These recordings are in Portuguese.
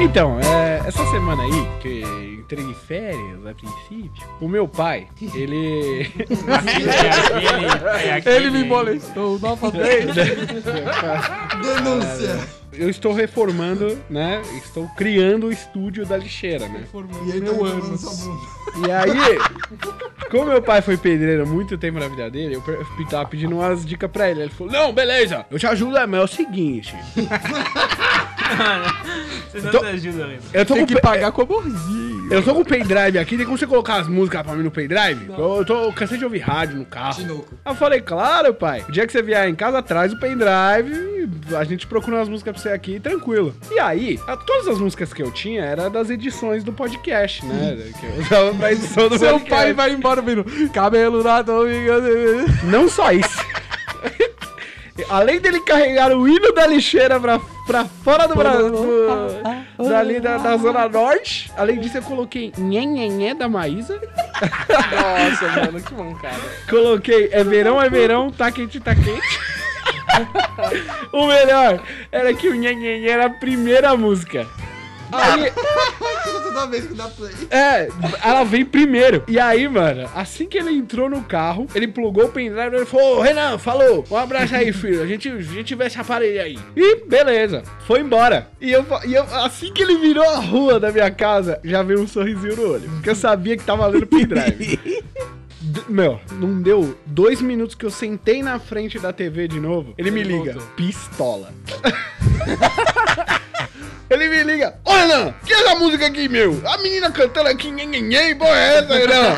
Então, é, essa semana aí, que entrei de férias a princípio, o meu pai, ele. ele me molestou novamente. Denúncia. Eu estou reformando, né? Estou criando o estúdio da lixeira, né? E aí, tá meu ânus. E aí, como meu pai foi pedreiro muito tempo na vida dele, eu pe- tava pedindo umas dicas pra ele. Ele falou: Não, beleza, eu te ajudo, mas é o seguinte. Vocês não Então- me ajudam, velho. Eu tô Tem com que pe- pagar como rio. Eu tô com o pendrive aqui, tem como você colocar as músicas pra mim no pendrive? Eu, eu tô eu cansei de ouvir rádio no carro. Tinoco. Aí eu falei, claro, pai. O dia que você vier em casa, traz o pendrive e a gente procura umas músicas pra você aqui, tranquilo. E aí, a- todas as músicas que eu tinha era das edições do podcast, né? Que eu usava pra edição do Seu podcast. pai vai embora, menino. Cabelo na né? domingo. Não só isso. Além dele carregar o hino da lixeira pra, pra fora do Brasil, dali da, da Zona Norte. Além disso, eu coloquei Nhenhenhé da Maísa. Nossa, mano, que mancada. Coloquei é verão, é verão, tá quente, tá quente. o melhor era que o Nhenhenhé era a primeira música. Aí, Toda vez que dá play. É, ela vem primeiro. E aí, mano, assim que ele entrou no carro, ele plugou o pendrive e ele falou: Ô, Renan, falou, um abraço aí, filho. A gente, a gente vê esse aparelho aí. E beleza, foi embora. E eu, fa- e eu- assim que ele virou a rua da minha casa, já veio um sorrisinho no olho. Porque eu sabia que tava lendo pendrive. D- Meu, não deu dois minutos que eu sentei na frente da TV de novo. Ele, me liga, pistola. Ele me liga, ô Renan, que é essa música aqui, meu? A menina cantando aqui, nhenhenhen, porra é essa, Renan?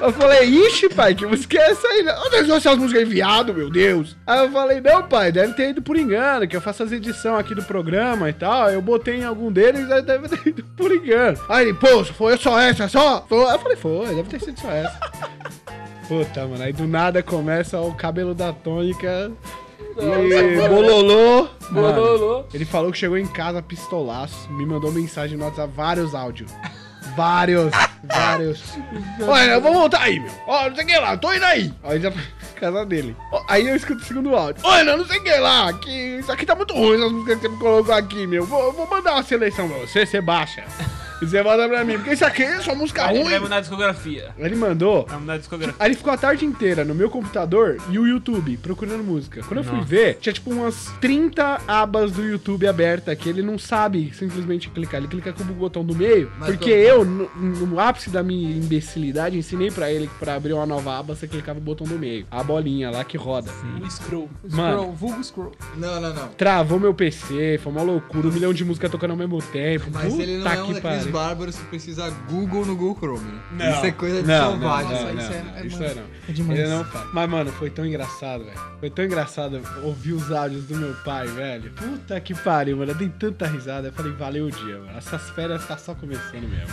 Eu falei, ixi, pai, que música é essa aí? Onde deixou essas músicas aí, viado, meu Deus? Aí eu falei, não, pai, deve ter ido por engano, que eu faço as edições aqui do programa e tal, eu botei em algum deles, aí deve ter ido por engano. Aí ele, pô, foi só essa, só? Foi. Eu falei, foi, deve ter sido só essa. Puta, mano, aí do nada começa o cabelo da tônica... E bololô. Mano, Bololô. ele falou que chegou em casa pistolaço, me mandou mensagem no WhatsApp, vários áudios. Vários, vários. Olha, eu vou voltar aí, meu. Ó, não sei o que lá, tô indo aí. Aí já casa dele. Ó, Aí eu escuto o segundo áudio. Olha, não sei o que lá, que isso aqui tá muito ruim, essas músicas que você me colocou aqui, meu. Vou, vou mandar uma seleção pra você, você baixa. E você manda pra mim, porque isso aqui é só música Ele vai ruim. mudar a discografia. Ele mandou Vai mudar a discografia. Aí ele ficou a tarde inteira no meu computador e o YouTube procurando música. Quando eu fui ver, tinha tipo umas 30 abas do YouTube aberta que ele não sabe simplesmente clicar. Ele clica com o botão do meio, Mas porque como? eu, no, no ápice da minha imbecilidade, ensinei pra ele que pra abrir uma nova aba você clicava o botão do meio, a bolinha lá que roda. O scroll. Mano. Scroll, vulgo scroll. Não, não, não. Travou meu PC, foi uma loucura, um milhão de músicas tocando ao mesmo tempo. Mas ele não Puta é um que daqueles pariu. bárbaros que precisa Google no Google Chrome. Não. Isso é coisa de Não, não, selvagem. não, isso não, aí. não, isso é não. demais. Ele não faz. Mas, mano, foi tão engraçado, velho. Foi tão engraçado ouvir os áudios do meu pai, velho. Puta que pariu, mano. Eu dei tanta risada. Eu falei, valeu o dia, mano. Essas férias tá só começando mesmo.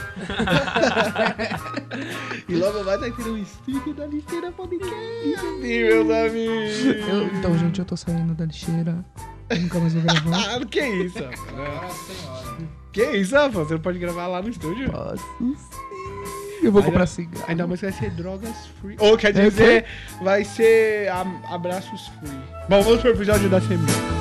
e logo mais vai ter um estúdio da lixeira podcast, meus amigos. Eu- então, gente, eu tô saindo da lixeira. Eu nunca mais vou gravar. Ah, que isso, rapaz. Nossa senhora. Que isso, rapaz. Você não pode gravar lá no estúdio? Posso sim. Eu vou Ainda- comprar cigarro. Ainda mais que vai ser drogas free. Ou quer É, dizer, vai ser am- abraços free. Bom, vamos pro episódio da semana.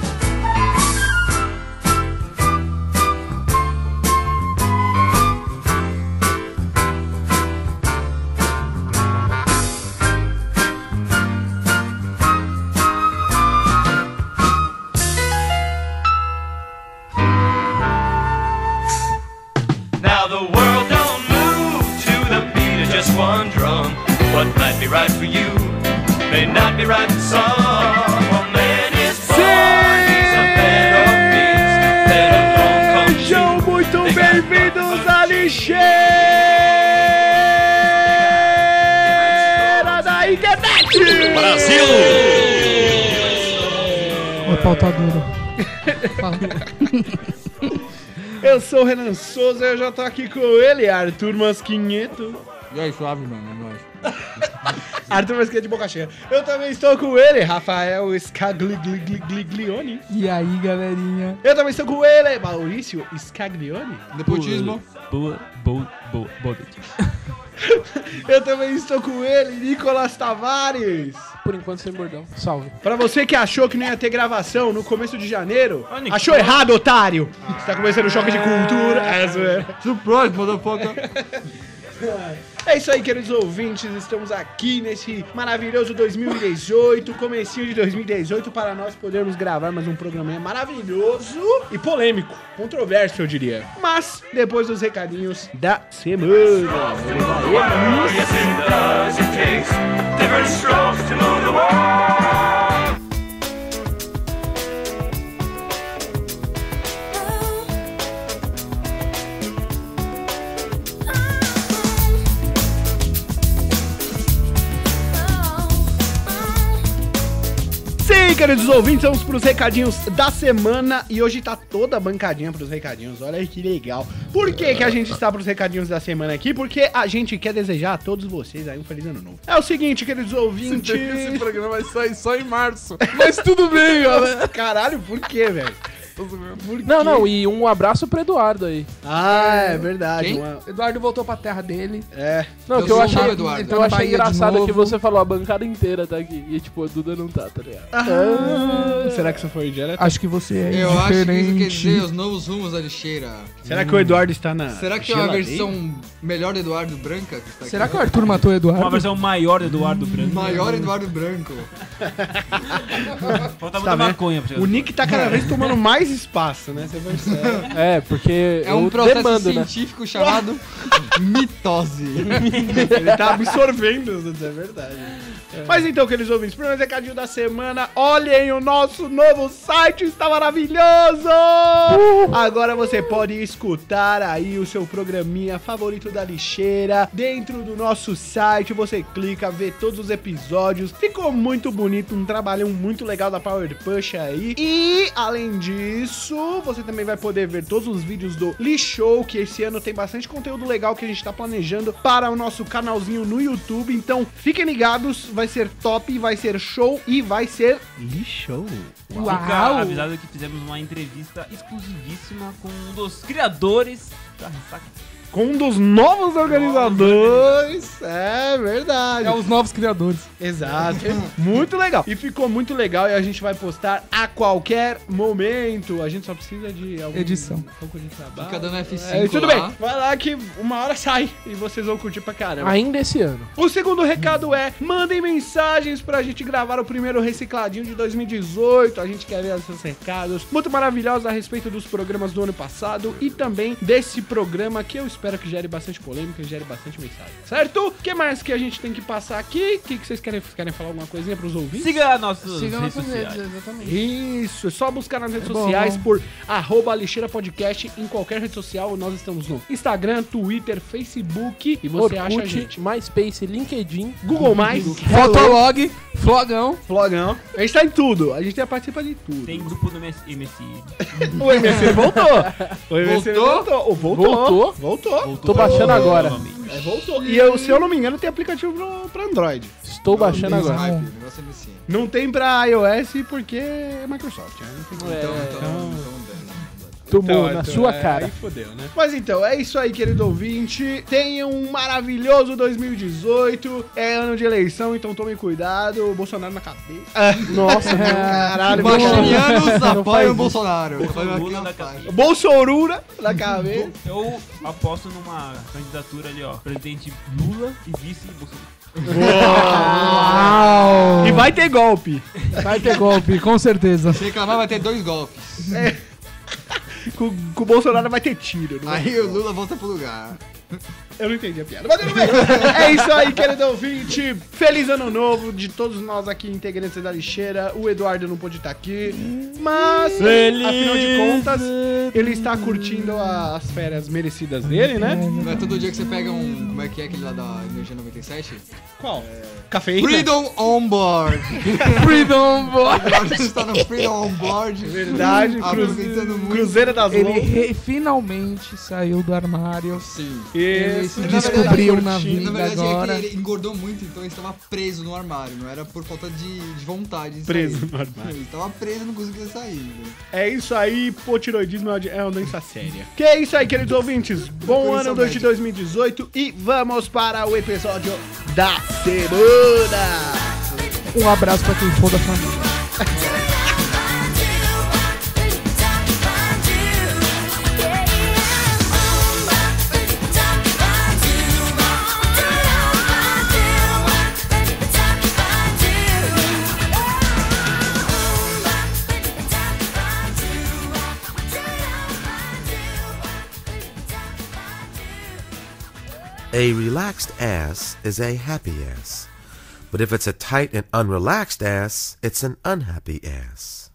Now the world don't move to the beat of just one drum. What might be right for you may not be right for some. A man is born, he's a man of beats. Let alone come Sejam muito bem-vindos à lixeira da internet! É pauta dura. Fala. Eu sou o Renan Souza e eu já tô aqui com ele, Arthur Masquinheto. E aí, suave, mano. É nóis. Arthur Masquinheto de boca cheia. Eu também estou com ele, Rafael Scagligligliglione. E aí, galerinha? Eu também estou com ele, Maurício Scaglione. Nepotismo. Boa, boa, boa, boa. Eu também estou com ele, Nicolas Tavares. Por enquanto, sem bordão. Salve. Pra você que achou que não ia ter gravação no começo de janeiro, Ah, Nicolas. achou errado, otário. Está começando o choque de cultura. É, zoeira. Surprise, motherfucker. É isso aí, queridos ouvintes, estamos aqui nesse maravilhoso 2018, comecinho de 2018, para nós podermos gravar mais um programinha maravilhoso e polêmico, controverso, eu diria. Mas, depois dos recadinhos da semana. Yes, it does. It takes different strokes to move the world. Sim, queridos ouvintes, vamos pros recadinhos da semana e hoje tá toda a bancadinha pros recadinhos, olha aí que legal. Por que, que a gente está pros recadinhos da semana aqui? Porque a gente quer desejar a todos vocês aí um feliz ano novo. É o seguinte, queridos ouvintes... Esse programa vai sair só em março. Mas tudo bem, galera. Caralho, por quê, velho? Por Não, quê? não, e um abraço pro Eduardo aí. Ah, é verdade. Quem? uma- Eduardo voltou pra terra dele. É. Não, Eu que eu sou achei, o Eduardo. eu Tá na achei Bahia de engraçado novo. que você falou, a bancada inteira tá aqui. E tipo, o Duda não tá, tá ligado? Ah. Ah. Será que isso foi direto? Acho que você é Eu acho que isso quer diferente. dizer os novos rumos da lixeira. Será que o Eduardo está na. Será que é uma geladeira? versão melhor do Eduardo Branca? que está aqui? Será que é o Arthur matou o Uma Eduardo? versão maior do Eduardo Branco. Maior Eduardo Branco. Falta Tá muita vendo? maconha pra você. O Nick tá cada vez tomando mais espaço, né? Você percebe. É, porque É um eu processo demando, né? científico chamado mitose. Ele tá absorvendo, isso é verdade. Mas então, queridos ouvintes, primeiro recadinho da semana, olhem o nosso novo site, está maravilhoso! Agora você pode escutar aí o seu programinha favorito da lixeira. Dentro do nosso site, você clica, vê todos os episódios. Ficou muito bonito, um trabalhão muito legal da Power Push aí. E, além disso, você também vai poder ver todos os vídeos do Lixou, que esse ano tem bastante conteúdo legal que a gente tá planejando para o nosso canalzinho no YouTube. Então, fiquem ligados, vai ser top, vai ser show e vai ser lixou. Fica avisado que fizemos uma entrevista exclusivíssima com um dos criadores da Ressaca. Com um dos novos organizadores. É verdade. É os novos criadores. Exato. muito legal. E ficou muito legal e a gente vai postar a qualquer momento. A gente só precisa de algum, Edição. um pouco de trabalho. Fica dando F5 É, tudo lá. bem, vai lá que uma hora sai e vocês vão curtir pra caramba. Ainda esse ano. O segundo recado é: mandem mensagens pra gente gravar o primeiro recicladinho de 2018. A gente quer ver os seus recados muito maravilhosos a respeito dos programas do ano passado e também desse programa que eu espero que gere bastante polêmica e gere bastante mensagem. Certo? O que mais que a gente tem que passar aqui? O que, que vocês querem? Vocês Querem falar alguma coisinha pros ouvintes? Siga nossos Siga redes nossas redes, sociais. exatamente. Isso, é só buscar nas redes É bom. sociais por arroba lixeira podcast em qualquer rede social. Nós estamos no Instagram, Twitter, Facebook e você acha a gente. Orkut, MySpace, LinkedIn, Google Mais, Fotolog, flogão. Flogão. A gente tá em tudo. A gente já participa de tudo. Tem grupo no MS MSI. O MC voltou. O MC voltou. Voltou. Voltou. Voltou? Voltou. Tô baixando agora. É, voltou. E eu, se eu não me engano, tem aplicativo pro, pra Android. Estou baixando Tem agora. Skype, o negócio é MC. Não tem pra iOS porque é Microsoft. né? Não tem como. Então, então, então, dane. Tomou Então, na então, sua é, cara. fodeu, né? Mas então, é isso aí, querido ouvinte. Tenha um maravilhoso 2018. É ano de eleição, então tome cuidado. O Bolsonaro na cabeça. É, Nossa, então, Caralho, Bolsonaro. Machinianos apoiam o isso. Bolsonaro. então, Lula na Faz. cabeça. Bolsorura na cabeça. Eu aposto numa candidatura ali, ó. Presidente Lula e vice Bolsonaro. E vai ter golpe. Vai ter golpe, com certeza. Se reclamar, vai ter dois golpes. Com, com o Bolsonaro vai ter tiro. não vai Aí o Lula volta pro lugar. Eu não entendi a piada. Mas tudo bem. é isso aí, querido ouvinte. Feliz ano novo de todos nós aqui, integrantes da lixeira. O Eduardo não pôde estar aqui. Mas, afinal de contas, ele está curtindo a- as férias merecidas dele, né? Não é todo dia que você pega um. Como é que é aquele lá da Energia 97? Qual? Cafeína? Freedom on board! Freedom, boy. Agora você está no Freedom on board. Verdade. Cruze- Aproveitando muito. Cruzeiro das Ele Lombas. re- finalmente saiu do armário. Sim. Isso. Vocês Na verdade, descobriam na tá curtindo, vida Na verdade agora. é que ele engordou muito, então ele estava preso no armário. Não era por falta de, de vontade. de Preso sair. no armário. Ele estava preso e não conseguia sair. né? É isso aí, potiroidismo é uma- é uma doença séria. Que é isso aí, queridos ouvintes. Bom ano dois de 2018 e vamos para o episódio da semana. Um abraço pra quem for da família. A relaxed ass is a happy ass. But if it's a tight and unrelaxed ass, it's an unhappy ass.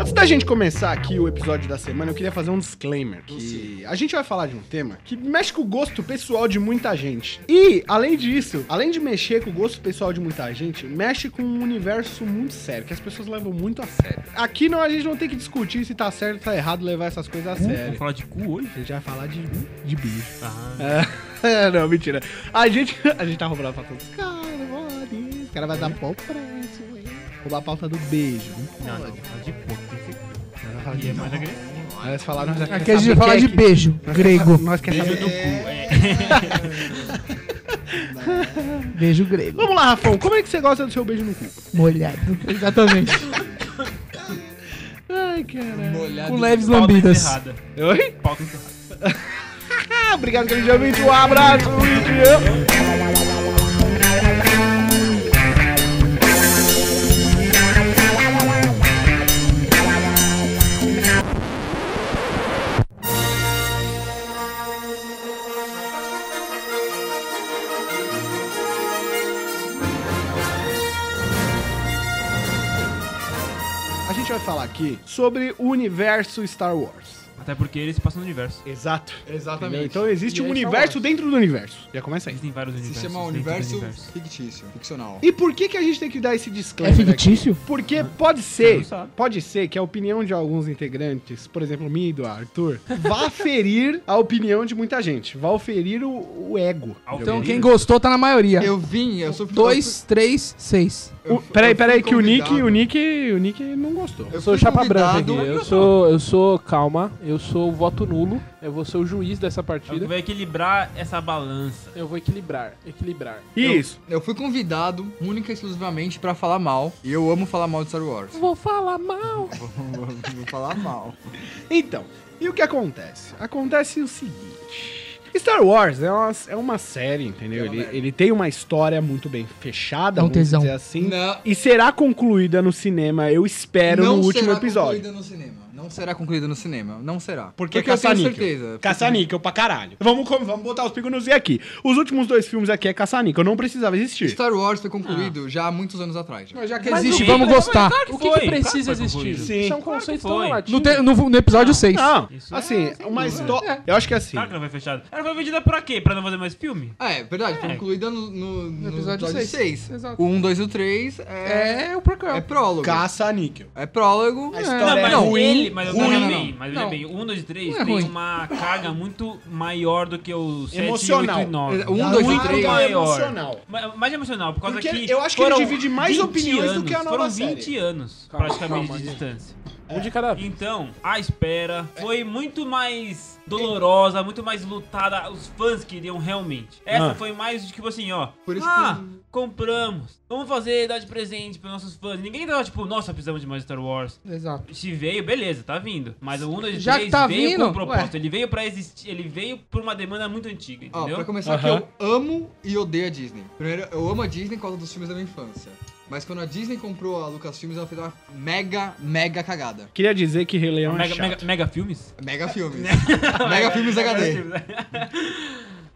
Antes da gente começar aqui o episódio da semana, eu queria fazer um disclaimer. Que a gente vai falar de um tema que mexe com o gosto pessoal de muita gente. E, além disso, além de mexer com o gosto pessoal de muita gente, mexe com um universo muito sério, que as pessoas levam muito a sério. Aqui não, a gente não tem que discutir se tá certo ou tá errado levar essas coisas a Cu? Vamos sério. falar de cu hoje? A gente vai falar de, de bicho. Ah, É, não, mentira. A gente, a gente tá roubando a pauta dos caras, olha. Os caras vão dar pau preço, hein? Roubar a pauta do beijo. não, não, falar de cu, tem certeza. E é mais agressivo. é Aí eles falaram, tá nós Aqui a gente vai falar de beijo, grego. é Nós quer Beijo saber do do... cu, é. Beijo grego. Vamos lá, Rafão, como é que você gosta do seu beijo no cu? Molhado. Exatamente. Ai, caralho. Molhado. Com leves Pauta lambidas. encerrada. Oi? Pauta encerrada. Ah, obrigado, querido ouvinte. Um abraço, Luiz. A gente vai falar aqui sobre o universo Star Wars. Até porque eles passam no universo. Exato. Exatamente. Então existe E um aí, tá universo Star Wars. dentro do universo. Já começa aí. Existem vários Se universos. chama dentro do universo, fictício, ficcional. E por que que a gente tem que dar esse É disclaimer? aqui? fictício? Porque pode Não ser, sabe. pode ser que a opinião de alguns integrantes, por exemplo, minha e do Arthur, vá ferir a opinião de muita gente. Vá ferir o, o ego. Então quem gostou tá na maioria. Eu vim, eu sou Dois, três, seis. eu- O- peraí, eu fui peraí, que o Nick, convidado. o Nick, o Nick não gostou. Eu Eu sou fui chapa branca aqui. convidado- Eu sou, eu sou, calma, eu sou o voto nulo. Eu vou ser o juiz dessa É o que partida. vai equilibrar essa balança. Eu vou equilibrar, equilibrar. Isso. Eu fui convidado única e exclusivamente pra falar mal. E eu amo falar mal de Star Wars. Vou falar mal. Vou vou falar mal. Então, e o que acontece? Acontece o seguinte. Star Wars é uma, é uma série, entendeu? Ele, ele tem uma história muito bem fechada, É um vamos tesão. dizer assim. Não, E será concluída no cinema, eu espero, no último episódio. Concluída no cinema. Não será concluída no cinema. Não será. Porque, eu caça tenho níquel. certeza. Caça níquel pra caralho. Vamos, com- vamos botar os pingos nos i aqui. Os últimos dois filmes aqui é caça níquel, não precisava existir. Star Wars foi concluído já há muitos anos atrás. Já. Já que Mas existe, o- vamos gostar. Claro O que, foi, que precisa claro que foi existir? concluído. Sim. Isso é um Claro conceito que foi. tão relativo. No, te- no- no episódio seis. Não, Isso é- Tá, assim, sem uma dúvida. história... Eu acho que é assim. Claro que ela foi fechada. Ela foi vendida pra quê? Pra não fazer mais filme? Ah, é verdade. Foi É. concluída no, no- no episódio episódio seis. 6. Exato. O 1, 2 e o 3 é, É o prequel. é prólogo. Caça níquel. É prólogo. A é. história é mas ruim, ele, mas eu ruim. vejo Não, bem, não, mas não. eu vejo bem. O 1, 2 e 3 Não é tem ruim. uma carga muito maior do que o 7, Emocional. 8 e 9. É, um, dois e muito três. maior. Emocional. Ma- Mais emocional, por causa Porque que eu acho que ele foram divide mais 20 opiniões do que a nova Foram série. 20 anos, Calma, praticamente, calma, de gente. distância. Um de cada vez. Então, a espera foi muito mais dolorosa, muito mais lutada. Os fãs queriam realmente. Essa Ah. foi mais de tipo assim, ó. Por isso ah, compramos. Vamos fazer, dar de presente pros nossos fãs. Ninguém tava tipo, nossa, precisamos de mais Star Wars. Exato. Se veio, beleza, tá vindo. Mas o 1, 2, Já que 3 tá veio vindo, com um propósito. Ele veio pra existir, ele veio por uma demanda muito antiga, Ó, entendeu? pra começar aqui, Aham. eu amo e odeio a Disney. Primeiro, eu amo a Disney por causa dos filmes da minha infância. Mas quando a Disney comprou a Lucasfilmes, ela fez uma mega, mega cagada. Queria dizer que Rei Leão é mega, chato. mega, mega filmes? Mega filmes. mega filmes HD.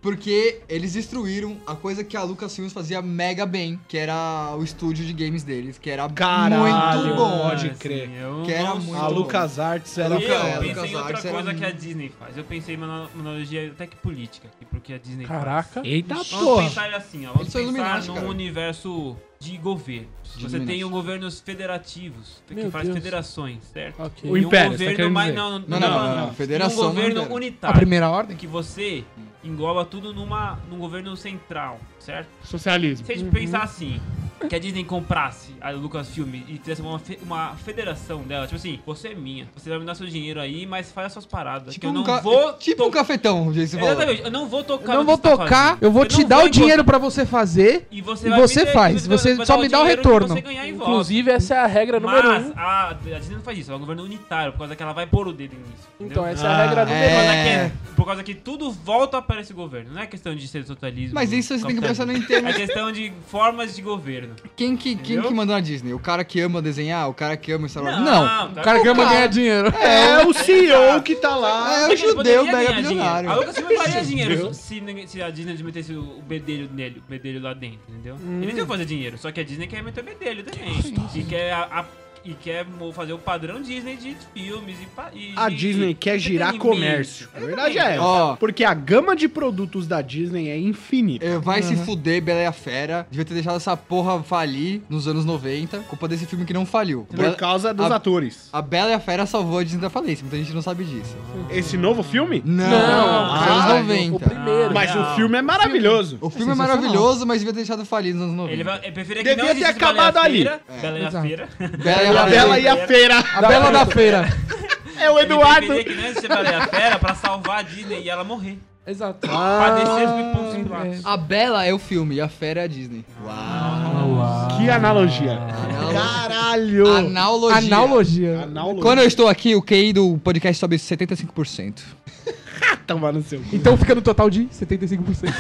Porque eles destruíram a coisa que a Lucasfilms fazia mega bem, que era o estúdio de games deles, que era muito Caralho, bom. pode crer. eu Que era não muito sou- A LucasArts era... Eu Luca- é, pensei em outra LucasArts era coisa que a muito- Disney faz. Eu pensei em uma analogia até que política, aqui, porque a Disney faz. Caraca. Eita Vamos porra! pensar assim, ó. Vamos Eles são pensar Illuminati, num cara. universo de governo. De Você tem Illuminati. um governos federativos, que Meu faz Deus. federações, certo? Ok. O império, você um tá governo querendo mais- dizer. não, não, Não, não, não, não, não. Federação, E um não governo império. A unitário. primeira ordem? Que você engloba tudo numa, num governo central, certo? Socialismo. Se a gente Uhum. pensar assim, que a Disney comprasse a Lucasfilm e fizesse uma, fe- uma federação dela, tipo assim, você é minha, você vai me dar seu dinheiro aí, mas faz as suas paradas. Tipo que eu não ca- é vou. tipo É. um tocar. cafetão, gente. Exatamente, eu não vou tocar. Eu não no vou que você tá tocar, fazendo. eu vou te não dar o encont- dinheiro pra você fazer. E você, e vai me você dar- faz, vai você dar só o me dá o dinheiro que retorno. Você ganhar em volta. Inclusive, essa é a regra número Mas um. a, a Disney não faz isso, é um governo unitário, por causa que ela vai pôr o dedo nisso. Então, entendeu? essa é a regra Ah, número Por causa, é. que, por causa que tudo volta para esse governo. Não é questão de ser totalismo. Mas isso você tem que pensar no capitalismo. interno. É questão de formas de governo. Quem que, quem Entendeu? que mandou na Disney? O cara que ama desenhar? O cara que ama Star Wars? cara, O cara que ama ganhar dinheiro. É o CEO que tá É, lá. o Porque ele judeu Ah, poderia mega ganhar dinheiro. bilionário. A Lucas Filme faria dinheiro se, ninguém- se a Disney metesse o bedelho nele, o bedelho lá dentro, entendeu? Eles iam fazer dinheiro, só que a Disney quer meter o bedelho também. E quer, a- a- e quer mo- fazer o padrão Disney de filmes e... pa- e A de- Disney de quer girar entretenimento. Ah, comércio. A verdade é essa. Ó. Porque a gama de produtos da Disney é infinita. É, Vai se fuder, Bela e a Fera. Devia ter deixado essa porra falir nos anos 90. Culpa desse filme que não faliu. Por causa dos a- atores. A Bela e a Fera salvou a Disney da falência. Muita gente não sabe disso. Esse novo filme? Não, Não, nos caralho, anos O 90. primeiro. Mas Não. o filme é maravilhoso. O filme é, sensacional. maravilhoso, mas devia ter deixado falir nos anos 90. Ele vai, eu preferia que Devia não ter existisse acabado Bela e a ali. Fera, Bela e a Exato. Feira. Bela A Bela e a Feira. A Bela da Feira. É o Eduardo. Eduardo. Ele preferia que não existisse Bela e a Fera pra salvar a Disney e ela morrer. Exato. Padecer os pimpons pilatos. A Bela é o filme e a Fera é a Disney. Uau. Que analogia. Caralho. Analogia. Analogia. Analogia. Quando eu estou aqui, o QI do podcast sobe 75%. Tomar no seu cu. Então fica no total de 75%.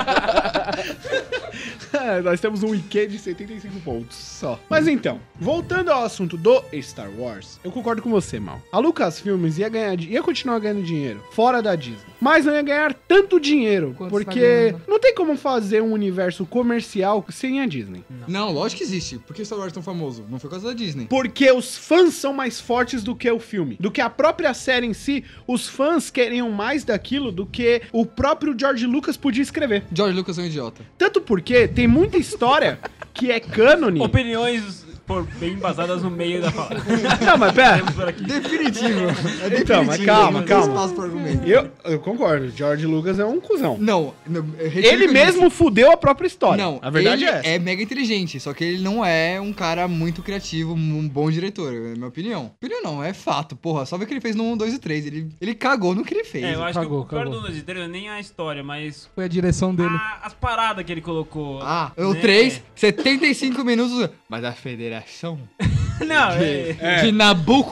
É, Nós temos um IQ de 75 pontos só. Mas então, voltando ao assunto do Star Wars, eu concordo com você, Mal. A Lucasfilmes ia ganhar, di- ia continuar ganhando dinheiro fora da Disney, mas não ia ganhar tanto dinheiro, Quanto está porque ganhando? não tem como fazer um universo comercial sem a Disney. Hum. Não, lógico que existe. Por que Star Wars é tão famoso? Não foi por causa da Disney. Porque os fãs são mais fortes do que o filme, do que a própria série em si. Os fãs queriam mais daquilo do que o próprio George Lucas podia escrever. George Lucas é um idiota. Tanto porque tem muita história que é cânone. Opiniões por, bem embasadas no meio da fala. Não, mas pera. Temos por aqui. Definitivo. É Então, mas calma, não tem calma. espaço pro argumento. Eu, eu concordo, George Lucas é um cuzão. Não, não, eu retiro o que Ele eu assim, mesmo fudeu a própria história. Não, a verdade ele é essa. é mega inteligente, só que ele não é um cara muito criativo, um bom diretor, é a minha opinião. Opinião não, é fato, porra. Só vê o que ele fez no 1, 2 e 3. Ele, ele cagou no que ele fez. É, eu acho Cagou, que o pior cagou. do Nunes Inteiro nem é a história, mas Foi a direção dele. a- as paradas que ele colocou. Ah, o né? 3, 75 minutos. Mas a federação Não, é. de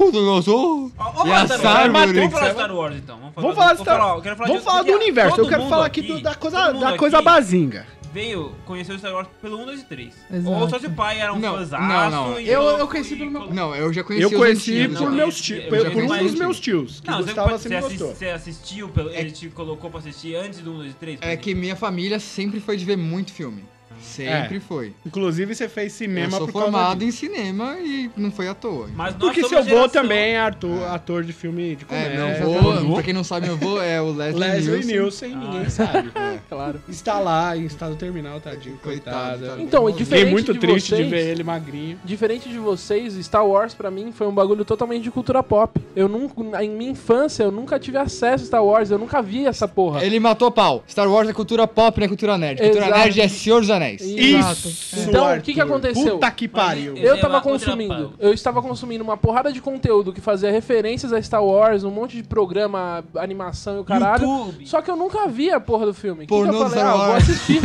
Nabucodonosor. Ó, Vamos E falar a de Star Wars, Sarmatrix, vamos falar é de Star Wars então. Vamos Vamos falar de vou Star- eu quero Vamos de- falar do porque universo. todo Eu quero mundo falar aqui, do- da coisa, todo da mundo coisa aqui bazinga. Veio conhecer Star Wars pelo 1, 2 e 3. Exato. Ou só se o pai era um Não, fãzaço não, não. e Eu- louco eu conheci e pelo meu- colocou- Não, eu já conheci Eu os conheci antigos, por, né? não, meus eu- tios, eu por, por já um conheci dos antigo. meus tios, que Não, você, Gustavo pode, sempre você, assist- gostou. você assistiu, pelo, ele te colocou pra assistir antes do 1, 2 e 3? É que minha família sempre foi de ver muito filme. Sempre foi. Inclusive, você fez Ah. Eu É. cinema sou por causa formado disso. em cinema e não foi à toa. Mas nós Porque somos seu avô geração- também é ator, ator de filme de É, comédia. Então, meu avô, pra quem não sabe, meu avô é o Leslie, Leslie Nielsen. Nielsen, ninguém sabe. Ah. Claro. Está lá em estado terminal, tadinho, Coitado, coitado. tá Então, é Fiquei diferente Fiquei muito de triste vocês, de ver ele magrinho. Diferente de vocês, Star Wars pra mim foi um bagulho totalmente de cultura pop. Eu nunca, em minha infância, eu nunca tive acesso a Star Wars, eu nunca vi essa porra. Ele matou pau. Star Wars é cultura pop, não é cultura nerd. Cultura Exato. nerd é Senhor dos Anéis. E- Exato. Então, o que que Arthur. aconteceu? Puta que pariu. Mas- Eu tava Ela- consumindo. outra- Eu estava consumindo uma porrada de conteúdo que fazia referências a Star Wars, um monte de programa, animação e o caralho. YouTube. Só que eu nunca vi a porra do filme. O que Pornô eu falei? Star Ah, eu vou Wars. assistir.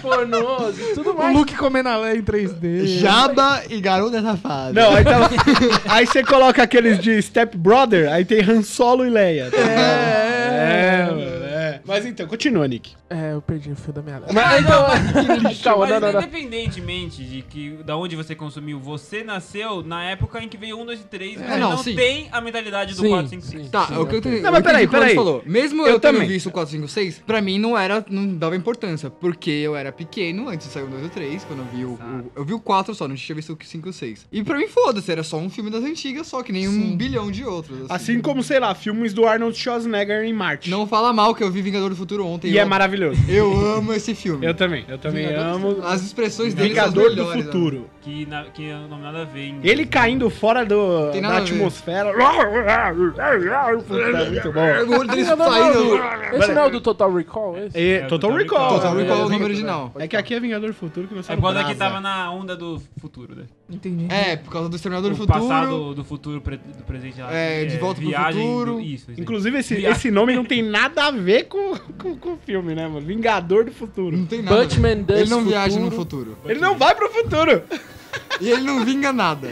Pornôs e tudo O mais. Luke comendo a lé em 3D. Jaba e Garota Safada. Não, aí, tava... aí você coloca aqueles de Step Brother, aí tem Han Solo e Leia. tá É, é, mano, é. Mas então, continua, Nick. É, eu perdi o fio da meada. Mas, então, então, Calma, mas Tá, não, não, não. independentemente de que da onde você consumiu, você nasceu na época em que veio 1, 2 e 3, É, mas não, não, sim. tem a mentalidade do Sim, 4, 5, 6. sim. Tá, é o que eu tenho. Não, mas eu peraí, entendi o que o Alex peraí. falou. Mesmo eu, Eu tendo também. visto o 456, pra mim não era. não dava importância. Porque eu era pequeno antes de sair o 2 e o 3, quando eu vi o, o- Eu vi o 4 só, não tinha visto o 5 e o 6. E pra mim, foda-se, era só um filme das antigas, só que nem um Sim. bilhão de outros. Assim como, sei lá, filmes do Arnold Schwarzenegger em Marte. Não fala mal que eu vi Vingador do Futuro ontem. e eu, é maravilhoso. eu amo esse filme. Eu também, eu também amo. As expressões dele são as Vingador do melhores, né? Futuro. Que, na, que não tem nada a ver. Em... Ele caindo fora do, Tem da nada a ver. atmosfera. Puta, muito bom. O olho dele Não, não, não, tá saindo. do- Esse não é o do Total Recall? Esse? E, É, Total Total Recall. Recall. Total né? Recall é o É, nome original. É que aqui é Vingador do Futuro que não É sabe. quando aqui NASA. tava na onda do futuro, né? Entendi. É, por causa do Exterminador O do Futuro. passado do futuro, pre- do presente lá. É, De Volta pro viagem Futuro. do- isso, isso. Inclusive, esse, Viagem. esse nome não tem nada a ver com, com, com o filme, né, mano? Vingador do Futuro. Não tem nada. Batman Does ele não viaja no Futuro. futuro. Ele não vai pro futuro. E ele não vinga nada.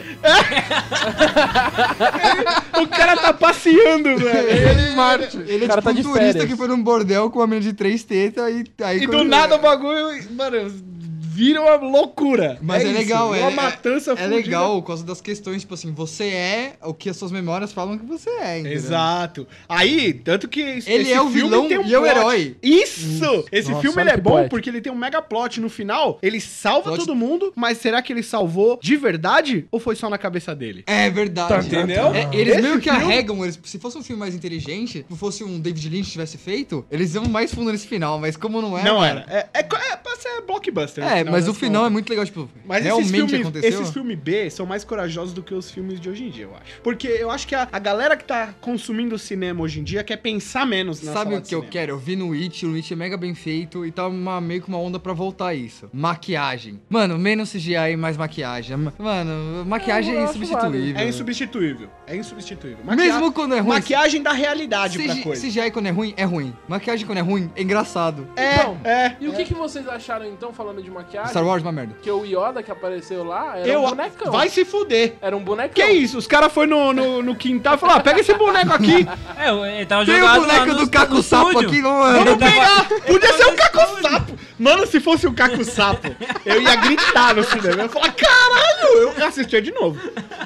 O cara tá passeando, velho. Ele Marte. Ele é O tipo cara tá um de turista férias. que foi num bordel com uma menina de três tetas e aí. E do quando- é- nada o bagulho, mano, vira uma loucura. Mas é, isso, legal, uma é. matança é, é fudida. legal por causa das questões, tipo assim, você é o que as suas memórias falam que você é, entendeu? Exato. Aí, tanto que esse Ele é o filme vilão tem um e é o plot. herói. Isso! Esse Nossa, filme olha ele é que bom poético. porque ele tem um mega plot no final, ele salva Plot- todo mundo, mas será que ele salvou de verdade ou foi só na cabeça dele? É verdade. Tá, entendeu? É, eles Esse meio que filme- arregam, eles, se fosse um filme mais inteligente, se fosse um David Lynch tivesse feito, eles iam mais fundo nesse final, mas como não é. não mano, era. É, é, co- é, pra ser blockbuster. no É, mas das o final é contas. muito legal, tipo, Mas realmente esses filmes, aconteceu. esses filmes B são mais corajosos do que os filmes de hoje em dia, eu acho. Porque eu acho que a, a galera que tá consumindo cinema hoje em dia quer pensar menos na Sabe sala o de que eu cinema. quero? Eu vi no It, o It é mega bem feito e tá uma- meio que uma onda pra voltar isso. Maquiagem. Mano, menos CGI e mais maquiagem. Ma- Mano, maquiagem Eu é acho insubstituível. É insubstituível. É insubstituível. Mesmo quando é ruim. Maquiagem dá realidade pra CGI, coisa. CGI quando é ruim, é ruim. Maquiagem quando é ruim, é engraçado. É, Então, é. E o que, que vocês acharam então, falando de Star maquiagem? Wars é uma merda. Que o Yoda que apareceu lá era Eu, um bonecão. vai se fuder. Era um bonecão. Que isso? Os caras foram no, no, no quintal e falaram: ah, pega esse boneco aqui. É, ele tava Tem o jogado lá boneco no- do no Caco Sapo estúdio. aqui, mano. Vamos pegar! Podia ser um tava caco sapo! Mano, se fosse um caco sapo, eu ia gritar no cinema. Eu ia falar: caralho! Eu assistia de novo.